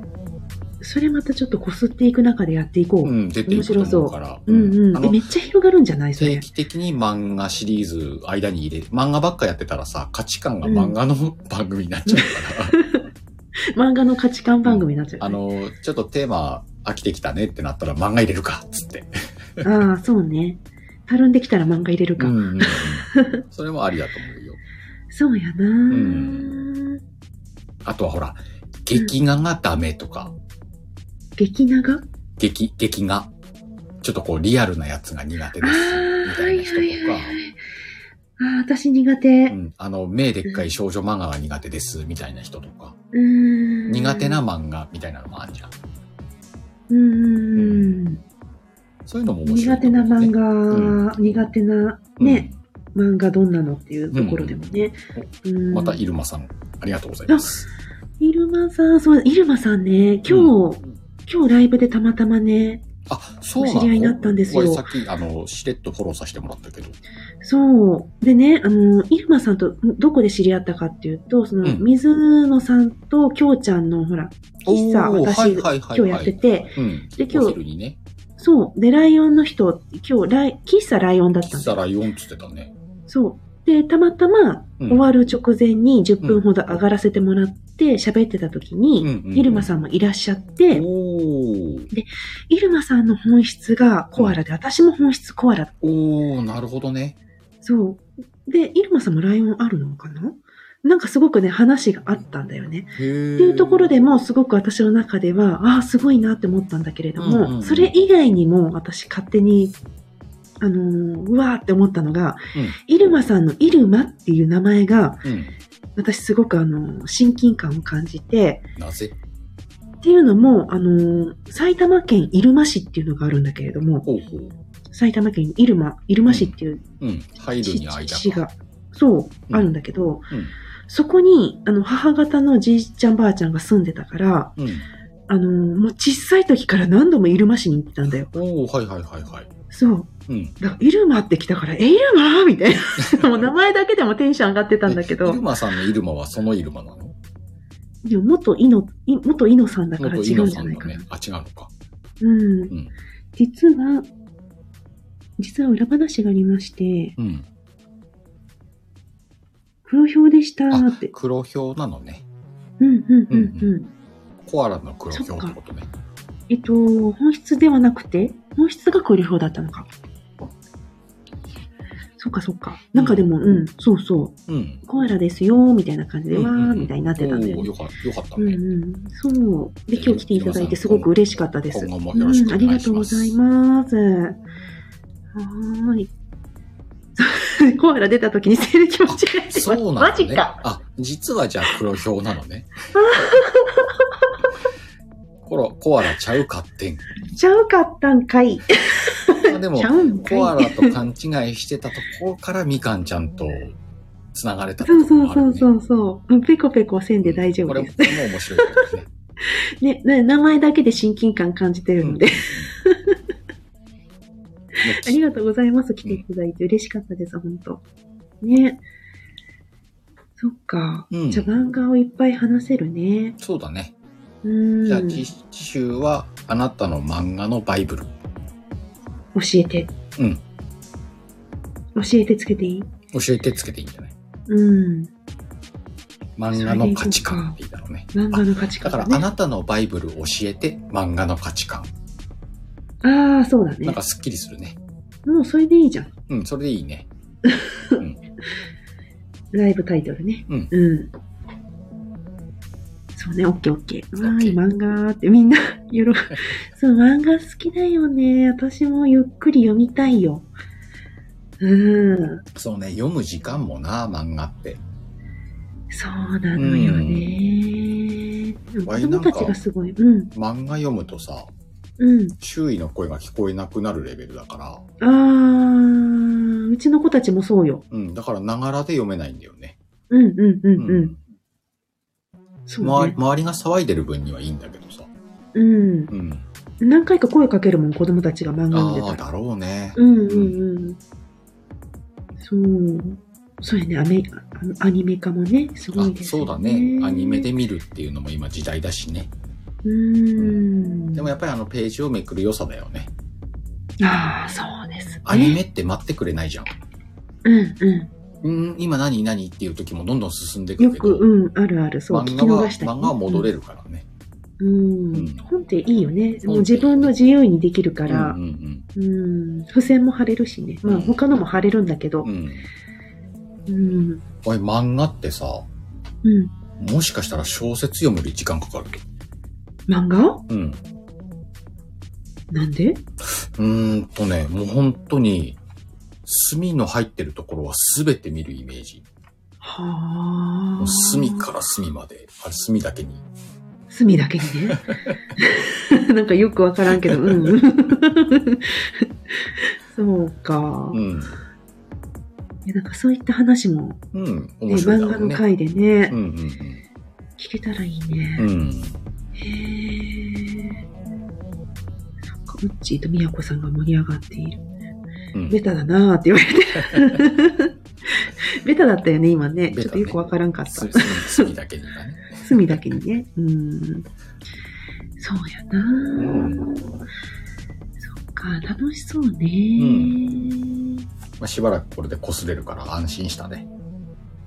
B: それまたちょっとこすっていく中でやっていこう。
A: うん、出ていくと思うから。
B: うんうん。
A: あ
B: え
A: の
B: め、っちゃ広がるんじゃないそ
A: 定
B: れ。
A: 期的に漫画シリーズ間に入れ、漫画ばっかやってたらさ、価値観が漫画の番組になっちゃうから。
B: 漫画の価値観番組になっちゃう。
A: あの、ちょっとテーマ飽きてきたねってなったら漫画入れるか、つって。
B: ああ、そうね。たるんできたら漫画入れる
A: う
B: か。
A: んうんうん。 それもありだと思うよ。
B: そうやな、
A: んあとはほら、劇画がダメとか、
B: 激長あ
A: 劇、劇画。ちょっとこうリアルなやつが苦手
B: あ、
A: です。みた
B: はいい
A: な
B: は
A: 人とか
B: いはいはい。ああ、私苦手。
A: う、
B: うん
A: あの、目でっかい少女漫画が苦手です、みたいな人とか、
B: ーん。
A: 苦手な。漫画みたいなのもあるじゃん。
B: うーん。
A: そういうのも面白
B: 苦
A: いと
B: 手
A: 思
B: な
A: うね、
B: 漫画、苦手なね、漫画どんなのっていうところでもね。う
A: うん
B: ん
A: また、イルマさん、ありがとうございます。
B: イルマさん、そう、イルマさんね、今日、
A: ん
B: 今日ライブでたまたまね、
A: あ、そうなの
B: お知り合いになったんですよ
A: 俺さっき、あの、しれっとフォローさせてもらったけど。
B: そう。でね、あの、イルマさんとどこで知り合ったかっていうと、そ
A: う
B: の、
A: ん
B: 水野さんときょうちゃんの、ほら、喫茶、
A: おー
B: 私、
A: はいはいはいはい
B: 今日やってて、
A: うん。
B: で今日
A: お昼にね、
B: そう。で、ライオンの人、今日、ライ、喫茶ライオンだった
A: 喫
B: ん
A: 茶ライオンっつってたね。
B: そう。で、たまたま、
A: うん
B: 終わる直前に10分ほど上がらせてもらって、喋ってた時に、イルマ
A: ん。
B: さんもいらっしゃって、
A: おー。
B: イルマさんの本質がコアラで、私も本質コアラ。
A: おー、なるほどね。
B: そう。で、イルマさんもライオンあるのかななんかすごくね、話があったんだよね。
A: へー。っ
B: っていうところで、もすごく私の中では、ああ、すごいなって思ったんだけれども、
A: うんうんうん
B: それ以外にも私勝手に、あのーうわーって思ったのが、イルマさんのイルマっていう名前が、
A: うん。
B: 私すごくあのー親近感を感じて、
A: なぜ
B: っていうのも、あのー埼玉県入間市っていうのがあるんだけれども、
A: ほうほう。
B: 埼玉県入間、入間市っていう
A: うん。入る
B: 市
A: に間
B: 市
A: か。
B: が、そう
A: う、ん
B: あるんだけど、
A: うん
B: そこに、あの、母方のじいちゃんばあちゃんが住んでたから、
A: うん。
B: あのーもう小さい時から何度も入間市に行ってたんだよ。
A: おー、はいはいはいはい。
B: そう。
A: うん。
B: だから、入間って来たから、え、入間みたい な。もう名前だけでもテンション上がってたんだけ
A: え
B: ど
A: イル、マさんのイルマはそのイルマなの
B: でも元イノ、い元イノさんだから違うんじゃないかな。
A: ね。あ、違うのか。
B: うん
A: ん。
B: 実は、実は裏話がありまして、
A: うん。
B: 黒豹でしたーって。
A: 黒ひなのね。
B: うんうんうん
A: うん
B: うん。
A: コアラの黒ひってことね。
B: えっと、本質ではなくて、本質が黒豹だったのか。そっかそっか。なんかでも、うん、そうそう。
A: うん。
B: コアラですよーみたいな感じで、
A: うんうんうん
B: わーみたいになってたんだよ
A: お
B: ね
A: ー。よかった、よかった
B: うん
A: ね。
B: うん、そう。で、今日来ていただいてすごく嬉しかったです。
A: 今後もよろしくお願いします
B: うんありがとうございます。はーい。 コアラ出た時にセール気持ちが出てます。
A: そうなのね。
B: マジか。
A: あ、実はじゃあ黒ひなの ね。コロ、コアラちゃうかって ん。
B: ちゃうかったんかい。ち
A: まあでも
B: ゃ、うん
A: コア
B: かい。
A: ラと勘違いしてたところからみかんちゃんと繋がれたとこ
B: そうそ
A: ろ
B: う
A: もある
B: そ
A: よ
B: う
A: ね。
B: そうそう。うんペコペコせんで大丈
A: こ
B: 夫
A: れ
B: で
A: も
B: す。
A: 面白いですね。
B: ね、ね名前だけで親近感感じてる ので。ありがとうございます。来ていただいて嬉しかったです、本当ね。そっか。
A: うん
B: じゃあ漫画をいっぱい話せるね。
A: そうだね。
B: うん。
A: じゃあ、
B: 教
A: 次次週は、あなたの漫画のバイブル。
B: えて。
A: うん
B: 教えてつけていい
A: 教えてつけていいんじゃない
B: うん。
A: 漫画の価値観っていいだろうね。
B: 漫画の価値
A: だ
B: 観、
A: か
B: ね。
A: ら、あなたのバイブル教えて、漫画の価値観。
B: ああ、そうだ
A: なん
B: ね
A: か。すっきりするね。
B: もうそれでいいじゃん。
A: うん、それでいいね。
B: ライブタイトルね。
A: うん
B: うん。そうね、オッケーオッケー。
A: オ
B: は
A: ッケ
B: ー
A: ー
B: い、漫画ってみんな、 喜 ぶ。そう、漫画好きだよね。私もゆっくり読みたいよ。うん。
A: そうね、読む時間もな、漫画って。
B: そうなのよね。うん、
A: あ
B: 子
A: れなん
B: 供
A: か
B: たちがすごい。うん、
A: 漫画読むとさ、
B: うん。
A: 周囲の声が聞こえなくなるレベルだから、
B: あー、うちの子たちもそうよ。
A: うん、だから、ながらで読めないんだよね。
B: うん、うん、うん、う。
A: うん
B: そう
A: 周り
B: ね。
A: 周りが騒いでる分にはいいんだけどさ。
B: うん。
A: うん。
B: 何回か声かけるもん、子供たちが漫画読んで
A: ああ、
B: たら。
A: だろうね。
B: うんうんうん。そう。そうやね、アメあのアニメ化もね、すごい
A: あ
B: です
A: そう
B: よ
A: だね。アニメで見るっていうのも今時代だしね。
B: うーん。
A: でもやっぱりあのページをめくる良さだよね。
B: ああ、そうですね。
A: アニメって待ってくれないじゃん。
B: うんう
A: うん、今何何っていう時もどんどん進んでい
B: ん。よ
A: くけ
B: く、
A: ど、
B: うん、あるある。そう、聞き
A: 漫画は、
B: 逃したりね、
A: 漫画は戻れるからね。
B: うん。
A: うん
B: 本っていいよね。もう
A: 本っていい
B: 自分の自由にできるか
A: うんう
B: ら、
A: ん
B: うん、付箋も貼れるしね。
A: う
B: まあ、
A: ん
B: 他のも貼れるんだけど
A: うん。う、ん。
B: うん。
A: おい、漫画ってさ、
B: うん。
A: もしかしたら小説読むより時間かかる。
B: 漫画
A: うん。
B: なんで
A: うーんとね、もう本当に、墨の入ってるところは全て見るイメージ。
B: はあ。
A: もう隅から隅まで、あれ隅だけに。
B: 隅だけにね。 なんかよくわからんけど、うん。 そうか、
A: うん。
B: いやなんかそういった話も、
A: うん。
B: ね
A: 面白いだろ
B: 漫画
A: う
B: の
A: ね。
B: 回でね、
A: うん
B: 聞けたらいい
A: うんうん。
B: ね。
A: うん。
B: へえ。そっか、うっちーとみやこさんが盛り上がっている。
A: うん
B: ベタだなーって言われて。 ベタだったよね、今ね。
A: ベタね
B: ちょっとよくわからんかった
A: す。隅隅だけにだね。
B: 隅だけにね。うん。そうやなー。
A: うん。
B: そっか、楽しそうね。
A: まあ、しばらくこれで擦れるから安心したね。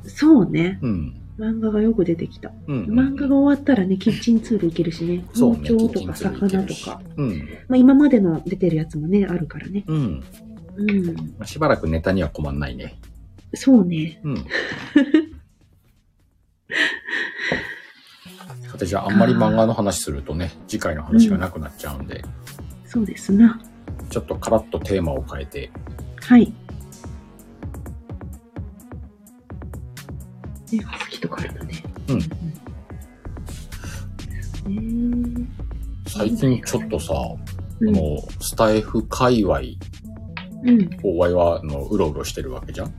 B: そうね。
A: うん。
B: 漫画がよく出てきた。
A: うん。
B: 漫画が終わったらね、キッチンツールいけるしね。
A: そう
B: 包
A: ね。
B: 丁とか
A: キッチンツール
B: 魚
A: いけ
B: と
A: るし
B: か。。
A: うん。
B: まあ今までの出てるやつもね、あるからね。
A: うん。
B: うん。
A: まあしばらくネタには困んないね。
B: そうね。
A: うん。さてじゃあ、あんまり漫画の話するとね、次回の話がなくなっちゃうんで、
B: そうですな。
A: ちょっとカラッとテーマを変えて、
B: はい。ね、葉月とかあるのね。
A: うん
B: うん。ね
A: 最近ちょっとさ、こ
B: えうん。
A: のスタイフ界隈
B: うん。
A: をワイワイのうろうろしてるわけじゃん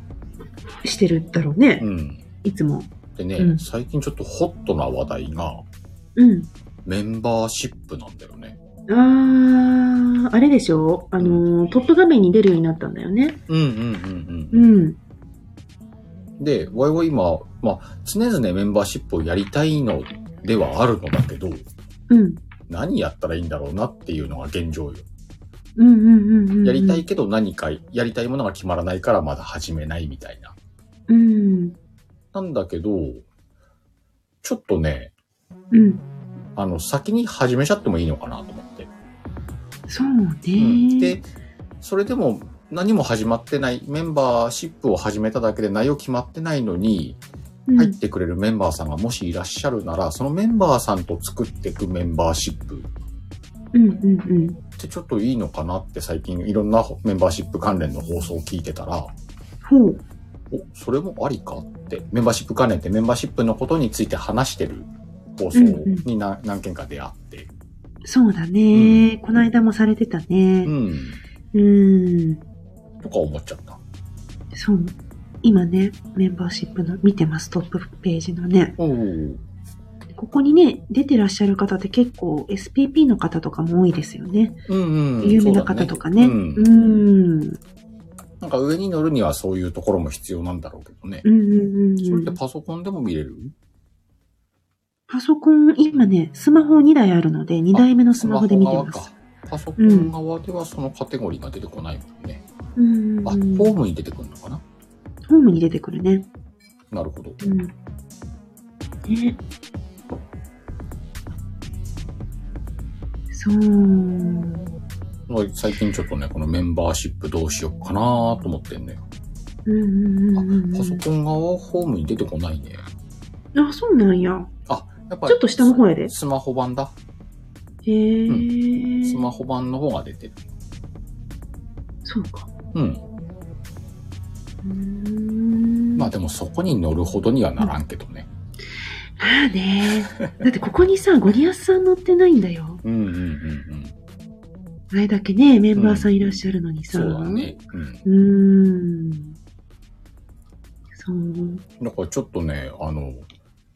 B: してるだろうね
A: う。ん。
B: いつも。
A: でね、
B: うん
A: 最近ちょっとホットな話題が
B: うん。
A: メンバーシップなんだよね。
B: あー、あれでしょあのー、トップ画面に出るようになったんだよね。
A: うんうんうん
B: う。ん。
A: で、ワイは今、まあ、常々メンバーシップをやりたいのではあるのだけど、
B: うん。
A: 何やったらいいんだろうなっていうのが現状よ。
B: うんうんうんうんうん。
A: やりたい。けど何かやりたいものが決まらないからまだ始めないみたいな。
B: うん。
A: なんだけど、ちょっとね、
B: うん。
A: あの、先に始めちゃってもいいのかなと思って。
B: そうね
A: うん。で、それでも何も始まってない、メンバーシップを始めただけで内容決まってないのに、
B: うん
A: 入ってくれるメンバーさんがもしいらっしゃるなら、そのメンバーさんと作っていくメンバーシップ
B: うんうんうん。
A: ってちょっといいのかなって最近いろんなメンバーシップ関連の放送を聞いてたら、
B: ほう。
A: お、それもありかって、メンバーシップ関連ってメンバーシップのことについて話してる放送にな何件か出会って。
B: そうだね。この間もされてた
A: う
B: ね。
A: ん。
B: うん。
A: とか思っちゃった。
B: そう。今ね、メンバーシップの見てます、トップページのね。
A: おー
B: ここにね、出てらっしゃる方って結構 SPP の方とかも多いですよね。
A: うんうん。
B: 有名な方とかね。
A: そううだうん。
B: ん。うん
A: なんか上に乗るにはそういうところも必要なんだろうけどね。
B: うん
A: それ
B: う
A: っ
B: ん
A: て。パソコンでも見れる
B: パソコン、今ね、スマホ2台あるので、2台目のスマホで見てま
A: スマホ側
B: す。
A: か。パソコン側ではそのカテゴリーが出てこないもんね。
B: うん。
A: あ、
B: ホ
A: ホ
B: ー
A: ームに出てくるのかな
B: ムに出てくるね。
A: なるほど。
B: うん。ね。そう。うん
A: 最近ちょっとね、このメンバーシップどうしようかなと思ってんね。
B: うんうんうん
A: あ、
B: う
A: パソ
B: ん。
A: コン側はホームに出てこないね。
B: あ、そうなんや。
A: あ、やっぱり
B: ちょっと下の方やで
A: スマホ版だ。
B: へえ。
A: スマホ版の方が出てる。
B: そうか。
A: うん。
B: うーん。
A: ま
B: ま
A: あでもそこに乗るほどにはならんけどね。
B: あね。だってここにさ、ゴリアスさん乗ってないんだよ。
A: うんうんうんうん。
B: あれだけね、メンバーさんいらっしゃるのにさ。
A: そうだね。うん。
B: うーん。そう。
A: だからちょっとね、あの、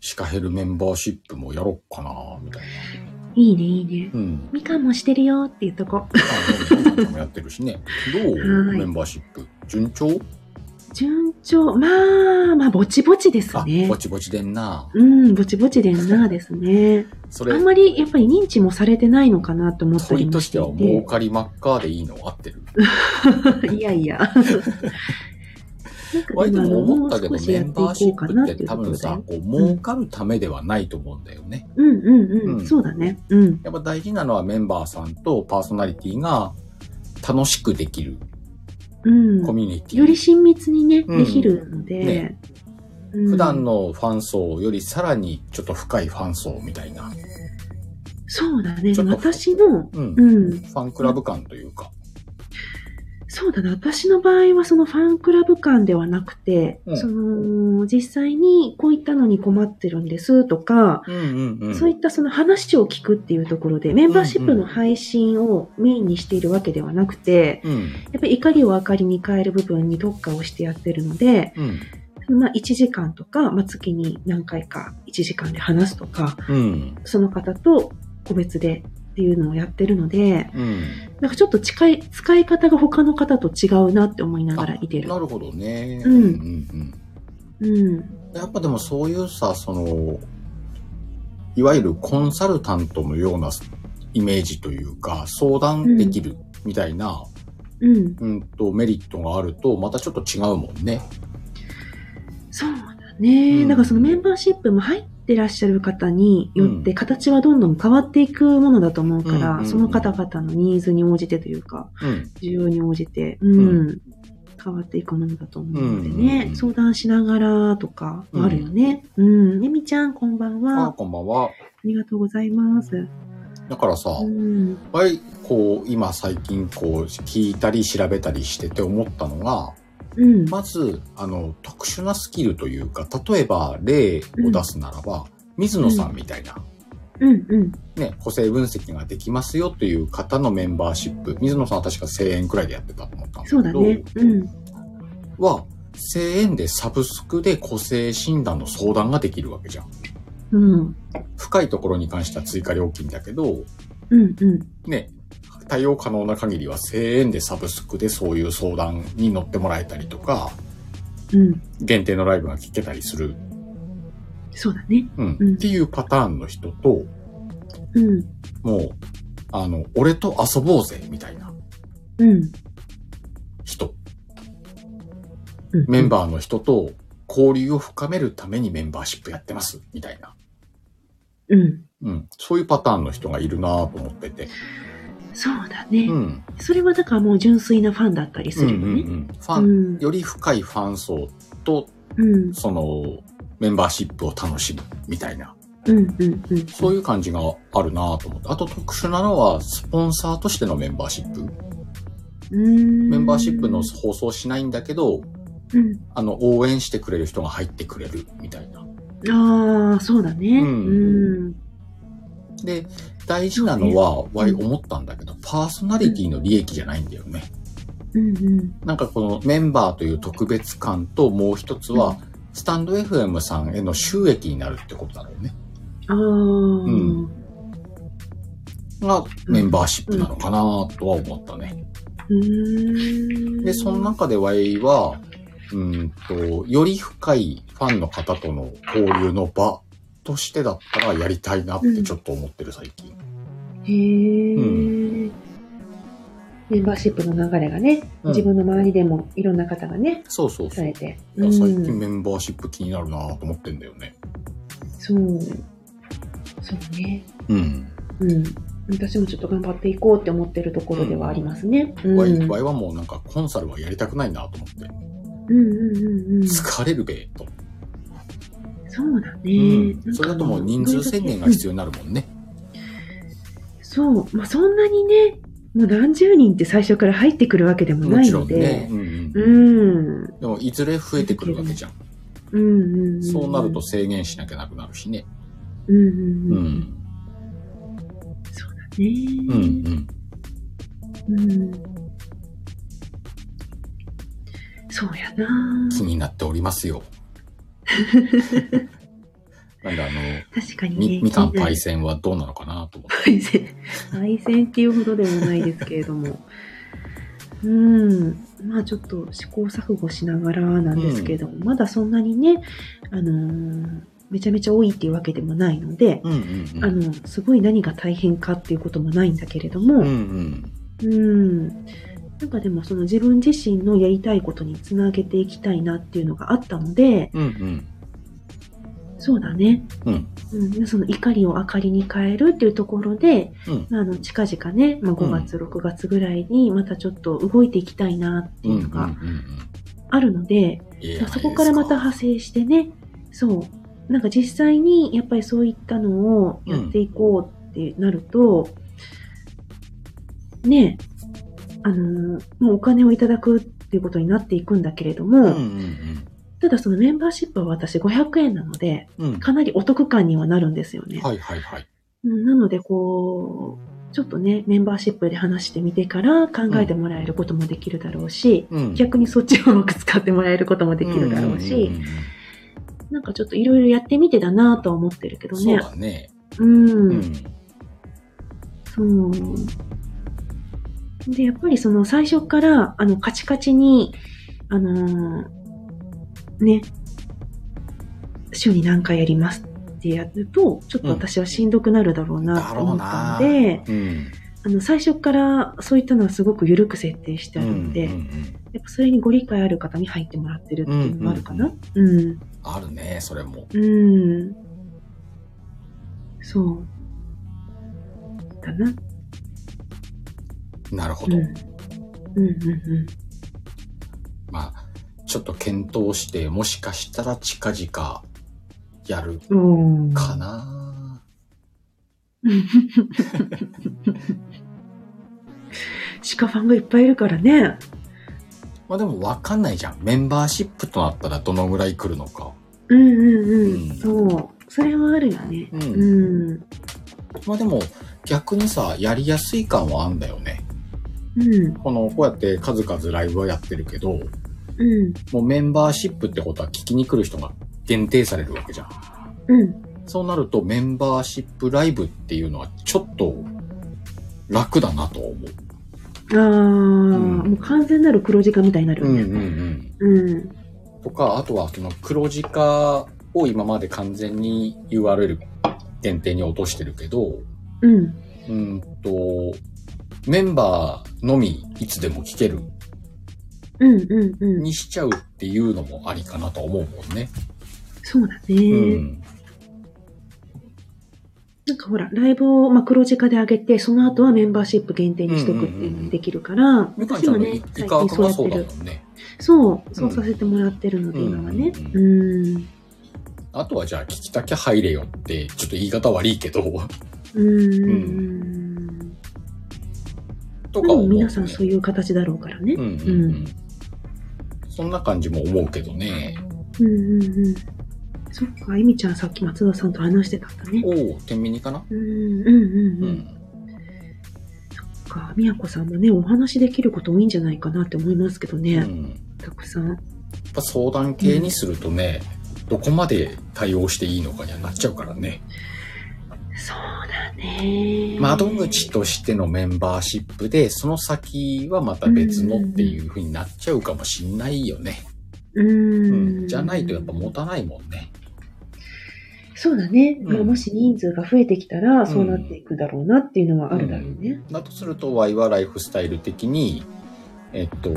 A: シカヘルメンバーシップもやろうかなみたい
B: いいね、いいね。
A: うん。
B: みかんもしてるよっていうとこ。
A: あ、そうなんもやってるしね。どう
B: はい
A: メンバーシップ。順調
B: 順調。まあ、まあ、ぼちぼちです
A: あ、
B: ね
A: ぼ。ちぼちでんな。
B: うん、ぼちぼちでんなですね。
A: そ
B: あ
A: れ
B: ん、まりやっぱり認知もされてないのかなと思った
A: 問
B: り
A: い
B: も
A: と
B: し
A: してて
B: い
A: は儲かりまっかでいいの合ってる。
B: て。 いや いや。
A: 割とも思ったけど、
B: もう少し
A: メ
B: や
A: ン
B: ってい
A: バーシ
B: こ
A: ッ
B: うか
A: プ
B: な
A: っ
B: って
A: て
B: いう
A: 多
B: ところ
A: 分
B: で。
A: さ、こう、儲かるためではないと思うんだよね。
B: うんうんうん、
A: うん
B: そうだね。うん。
A: やっぱ大事なのはメンバーさんとパーソナリティが楽しくできる
B: うん。
A: コミュニティ。
B: より親密にね、
A: うん
B: できるので、
A: ね
B: うん
A: 普段のファン層よりさらにちょっと深いファン層みたいな。
B: そうだね
A: ちょっと
B: 私の
A: うん。
B: う
A: フ
B: ん
A: ァンクラブ感というか。
B: そうだな私の場合はそのファンクラブ感ではなくて、
A: うん
B: その実際にこういったのに困ってるんですとか、
A: うんうんうん。
B: そういったその話を聞くっていうところでメンバーシップの配信をメインにしているわけではなくて、
A: うん。
B: やっぱり怒りを明かりに変える部分に特化をしてやってるので、
A: うん。
B: まあ1時間とか、まあ月に何回か1時間で話すとか、
A: うん。
B: その方と個別でっていうのをやってるので、
A: うん。
B: なんかちょっと近い、使い方が他の方と違うなって思いながらいてる。
A: なるほどね。
B: うん
A: うんうん
B: うん。
A: うんやっぱでもそういうさ、その、いわゆるコンサルタントのようなイメージというか、相談できるみたいな、
B: うん。
A: うん、とメリットがあると、またちょっと違うもんね。
B: そうだね。
A: うん
B: だからそのメンバーシップも入ってらっしゃる方によっ
A: う
B: て形はどんどん変わっていくものだと思うから、
A: うんうんうん
B: その方々のニーズに応じてというか、
A: うん。
B: 需要に応じて、うん。
A: う
B: 変わっていくものだと思うのでね、
A: うんうんうん
B: 相談しながらとかもあるよね。うん。えみちゃん、こんばんは。
A: あ、
B: あ
A: こんばんは。
B: りがとうございます。
A: だからさ、
B: うん。
A: いっぱいこう今最近こう聞いたり調べたりしてて思ったのが
B: うん。
A: まずあの特殊なスキルというか例えば例を出すならば、水野さんみたいな、
B: うんうん。
A: ね、個性分析ができますよという方のメンバーシップ水野さんは確か1000円くらいでやってたと思ったんだけど
B: そうだね。うん。
A: は1000円でサブスクで個性診断の相談ができるわけじゃん
B: うん。
A: 深いところに関しては追加料金だけど
B: うんうん。
A: ね、対応可能な限りは1000円でサブスクでそういう相談に乗ってもらえたりとか、
B: うん。
A: 限定のライブが聞けたりする、
B: そうだね。
A: うん
B: うん
A: っていうパターンの人と、
B: うん。
A: もう、あの、俺と遊ぼうぜ、みたいな
B: うん。
A: 人、
B: うん
A: メンバーの人と交流を深めるためにメンバーシップやってます、みたいな。
B: うん。
A: うん、そういうパターンの人がいるなぁと思ってて。
B: そうだね、
A: うん。
B: それはだからもう純粋なファンだったり
A: う
B: す
A: んう
B: る
A: んう
B: よね。
A: ん。フ
B: う
A: ァン、
B: ん。
A: より深いファン層と
B: うん。
A: その、メンバーシップを楽しむみたいな、
B: うん。うん。うん。
A: そういう感じがあるなぁと思って。あと特殊なのは、スポンサーとしてのメンバーシップ。
B: うん。
A: メンバーシップの放送しないんだけど、
B: うん。
A: あの、応援してくれる人が入ってくれるみたいな。
B: ああ、そうだね。う
A: うんん。で、大事なのは、わい思ったんだけど、パーソナリティの利益じゃないんだよね。
B: うん。うん。
A: なんかこのメンバーという特別感と、もう一つは、スタンド FM さんへの収益になるってことなのよね。
B: ああ。
A: んが、メンバーシップなのかなとは思ったね。
B: うん。
A: で、その中で Y は、うーんと、より深いファンの方との交流の場としてだったらやりたいなってちょっと思ってる最近。
B: へえ、メンバーシップの流れがね、
A: うん
B: 自分の周りでもいろんな方がね、
A: そうそうそ
B: さ
A: う。い
B: れて。
A: や最近
B: うん
A: メンバーシップ気になるなと思ってんだよね。
B: そう。そうね。
A: うん。
B: うん。私もちょっと頑張っていこうって思ってるところではありますね。うん。う
A: Y、
B: ん
A: Y はもうなんかコンサルはやりたくないなと思って。
B: うんうんうん。そ
A: 疲れるべ、と。
B: うだ
A: う
B: ね。
A: ん。それだともう人数制限が
B: 要。
A: 必要になるもんね。
B: そう。まあそんなにね、もう何十人って最初から入ってくるわけでも
A: も
B: ない
A: ち
B: の
A: ろんね。
B: で。
A: うん
B: う
A: うん。
B: ん。
A: でも、いずれ増えてくるわけじゃん。
B: うんうんん。
A: そうなると。制限しなきゃなくなるしね。
B: うんう
A: う
B: んうん。ね
A: ん。うんうん。
B: うんそうやな
A: 気になっておりますよ。なんであの、
B: 確かにね
A: み、。みかんパイ
B: セ
A: センはどうなのかなと思って。
B: ン。 パイセンっていうほどでもないですけれども。うん。まあちょっと試行錯誤しながらなんですけれども、まだそんなにね、あのーめちゃめちゃ多いっていうわけでもないので、
A: うんうん
B: あの、すごい何が大変かっていうこともないんだけれども、
A: うん。うん
B: うん。なんかでもその自分自身のやりたいことにつなげていきたいなっていうのがあったので、
A: うん。うん
B: そうだね。
A: うん。
B: うん。その怒りを明かりに変えるっていうところで、
A: うん
B: まあ、あの、近々ね、まあ、5月、6月ぐらいにまたちょっと動いていきたいなって
A: うん。う
B: い
A: ん
B: うの
A: うん
B: があるので、
A: うん。いいじゃないです
B: まあそこからまた派生してね、そう。なんか実際にやっぱりそういったのをやっていこうってなると、ねえ、あのーもうお金をいただくっていうことになっていくんだけれども、
A: うんうん
B: ただそのメンバーシップは私500円なので、
A: うん。うん。
B: かなりお得感にはなるんですよね。
A: はいはいはい。
B: うんなので、こう、ちょっとね、メンバーシップで話してみてから考えてもらえることもできるだろうし、
A: うん。
B: 逆にそっちをうまく使ってもらえることもできるだろうし、
A: んんん
B: なんかちょっといろいろやってみてだなぁとは思ってるけど
A: うんそう
B: ね。
A: だね。
B: うん、
A: うん。
B: そう。で、やっぱりその最初から、あの、カチカチに、あのーね、週に何回やりますってやると、ちょっと私はしんどくなるだろうなと思ったの
A: だ
B: で、
A: うん。
B: あの、最初からそういったのはすごく緩く設定してあるので、
A: うんうんうん
B: やっぱそれにご理解ある方に入ってもらってるっていうのもあるかな。うん
A: あるね、それも。
B: うん。そう。だな。
A: なるほ
B: うん。
A: ど。
B: うんうんうん。
A: まあ、ちょっと検討して、もしかしたら近々やる
B: うん
A: かな。
B: 鹿ファンがいっぱいいるからね。
A: まあでもわかんないじゃん。メンバーシップとなったらどのぐらい来るのか。
B: うんうんうん。
A: うん
B: そう。それはあるよね。
A: うん
B: うん。
A: まあでも逆にさ、やりやすい感はあんだよね。
B: うん。
A: この、こうやって数々ライブはやってるけど、
B: うん。
A: もうメンバーシップってことは聞きに来る人が限定されるわけじゃん。
B: うん。
A: そうなるとメンバーシップライブっていうのはちょっと楽だなと思う。
B: ああ、
A: ん
B: もう完全なる黒字化みたいになるよね。
A: ん。
B: うん。
A: とか、あとはその黒字化を今まで完全に URL 限定に落としてるけど、
B: うん。
A: うんと、メンバーのみいつでも聞ける
B: うんうんうん。
A: にしちゃうっていうのもありかなと思うもんね。
B: そうだね。
A: うん。
B: なんかほら、ライブを、まあ、黒字化で上げて、その後はメンバーシップ限定にしとくっていうのもできるから、
A: みかん
B: 私
A: ちゃ
B: も
A: んの
B: ね
A: イ、
B: 最
A: カー
B: 近そう
A: が
B: やっ
A: そ
B: て
A: うだ
B: る
A: も。んね。
B: そう、そう
A: うん
B: させてもらってるので、
A: うん
B: 今はね。
A: うん
B: うん。
A: あとはじゃあ聞きたきゃ入れよって、ちょっと言い方悪いけど、
B: うん。
A: と
B: で
A: か思う、
B: も
A: ね。
B: 皆さんそういう形だろうからね
A: う。んうんうん。そんな感じも思うけどね。
B: うんうんうん。そっか、えみちゃんさっき松田さんと話してたんだね。
A: おお、天秤かな
B: うんうんうん
A: う
B: うん。
A: ん。
B: そっか、みやこさんもね、お話できること多いんじゃないかなって思いますけど
A: うん。や
B: ね。
A: った
B: くさん。
A: ぱ相談系にするとね、どこまで対応していいのかにはなっちゃうからね。
B: そうだね。
A: 窓口としてのメンバーシップで、その先はまた別のっていう風になっちゃうかもしんないよね。
B: うん。
A: じゃないとやっぱ持たないもんね。
B: そうだね。
A: ん
B: まあ、もし人数が増えてきたら、そうなっていくだろうなっていうのはあるだろうね。
A: だとすると、ワイはライフスタイル的に、えっと、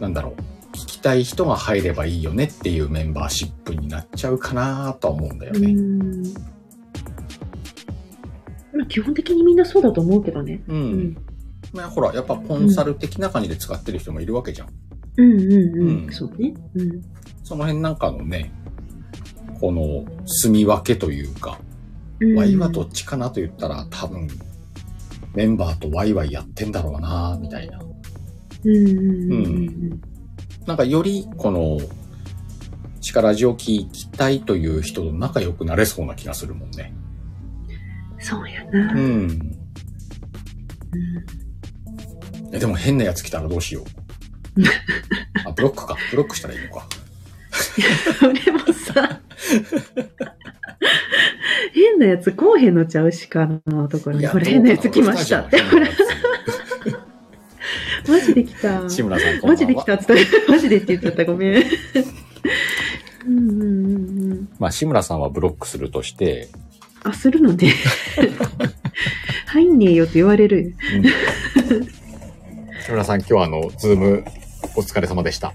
A: なんだろう。聞きたい人が入ればいいよねっていうメンバーシップになっちゃうかなとは思うんだよ
B: う
A: ね。
B: ん。まあ、基本的にみんなそうだと思うけどね。
A: うん。
B: うん。
A: まあ、ほら、やっぱコンサル的な感じで使ってる人もいるわけじゃん。
B: うんうんうん。
A: うん
B: そうね。うん。
A: その辺なんかのね、この住み分けというか、
B: うん
A: ワイはどっちかなと言ったら多分、メンバーとワイワイやってんだろうなみたいな。
B: うんうんうんうん。
A: なんかよりこの、力ジを聞きたいという人と仲良くなれそうな気がするもんね。
B: そうやな。
A: う
B: うん
A: ん。えでも変なやつ来たらどうしよ う。あ、ブロックか。ブロックしたらいいのか。
B: それもさ、 変なやつ来おへんのちゃうしかのところ
A: い
B: に、
A: や
B: ほら、変なやつ来ましたって。ほら、マジで来た。
A: 志村さん、こんばんは。
B: マジで来たって言った。マジでって言っちゃった。ごめん。うんうんうんうん。
A: まあ、志村さんはブロックするとして、
B: あ、するのね。入んねえよって言われる。
A: 志村さん、今日はあの、ズーム、お疲れ様でした。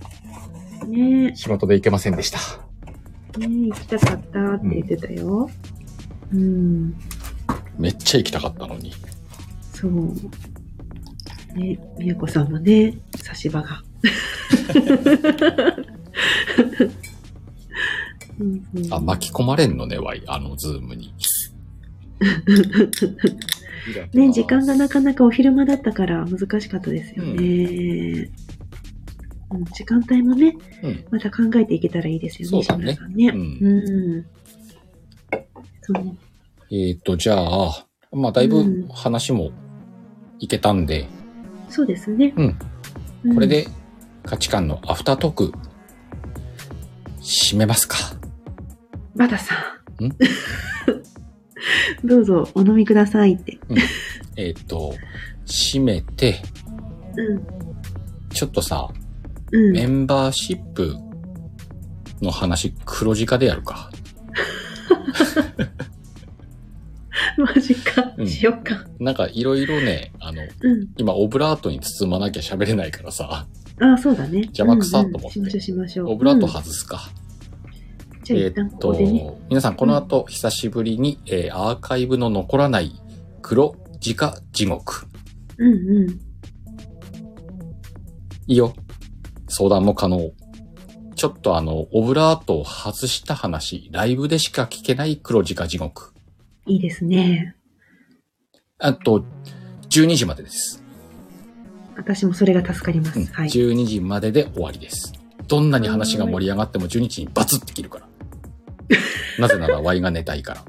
B: ね
A: 仕事で行けませんでした。
B: え、ねえ、行きたかったって言ってたよ。うん、
A: めっちゃ行きたかったのに。
B: そう。ね、みやこさんのね、差し場が。 うんうん
A: あ、巻き込まれんのね、わい、あの、ズームに。
B: ね、時間がなかなかお昼間だったから難しかったですよね。うん時間帯もね、
A: うん
B: また考えていけたらいいですよね、
A: そうだね
B: 志村さんね。
A: う
B: うんん。そうね。
A: えっ、と、じゃあ、まあ、だいうぶ
B: ん
A: 話もいけたんで、
B: そうですね。
A: うん
B: うん
A: これ。で価値観のアフタートーク、締めますか。
B: バタさ
A: ん
B: ん。 どうぞお飲みくださいって。
A: えっ、と、締めて、
B: うん。
A: ちょっとさ、
B: うん。
A: メンバーシップの話、黒字化でやるか。
B: マジか
A: う。ん
B: しよっか。
A: なんかいろいろね、あの、
B: うん。
A: 今オブラートに包まなきゃ喋れないからさ、
B: ああ、そうだね。
A: 邪魔くさと思って
B: うんうんしましょうしましょう。
A: オブラート
B: うん
A: 外すか。
B: じゃあ
A: え
B: 一旦
A: ーっ
B: こことでね。、
A: 皆さんこの後、久しぶりに、えーアーカイブの残らない黒字化地獄。
B: うんうん。
A: いいよ。相談も可能。ちょっとあの、オブラートを外した話、ライブでしか聞けない黒字化地獄。
B: いいですね。
A: あと、12時までです。
B: 私もそれが助かりま
A: う
B: す。
A: ん
B: はい。
A: 12時までで終わりです。どんなに話が盛り上がっても12時にバツって切る から。なぜなら Y が寝たいから。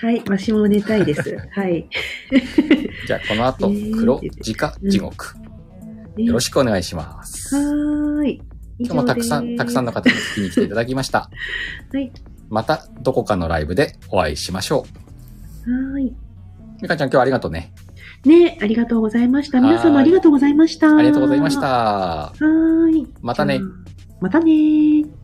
B: はい、わしも寝た いです。はい。
A: じゃあこの後
B: え、ー
A: 黒字化地獄。よろしくお願いします。
B: はーい。
A: 今日もたくさ
B: 以上で
A: ん、
B: す
A: たくさんの。方に聞きに来ていただきました。
B: はい。
A: また、どこかのライブでお会いしましょ
B: はーい。
A: う。みかちゃん今日はありがとうね。
B: ね、ありがとうございました。皆
A: はー
B: 様
A: い
B: ありがとうございました。
A: ありがとうございまし
B: は
A: た。
B: ーい。
A: またね。
B: またねー。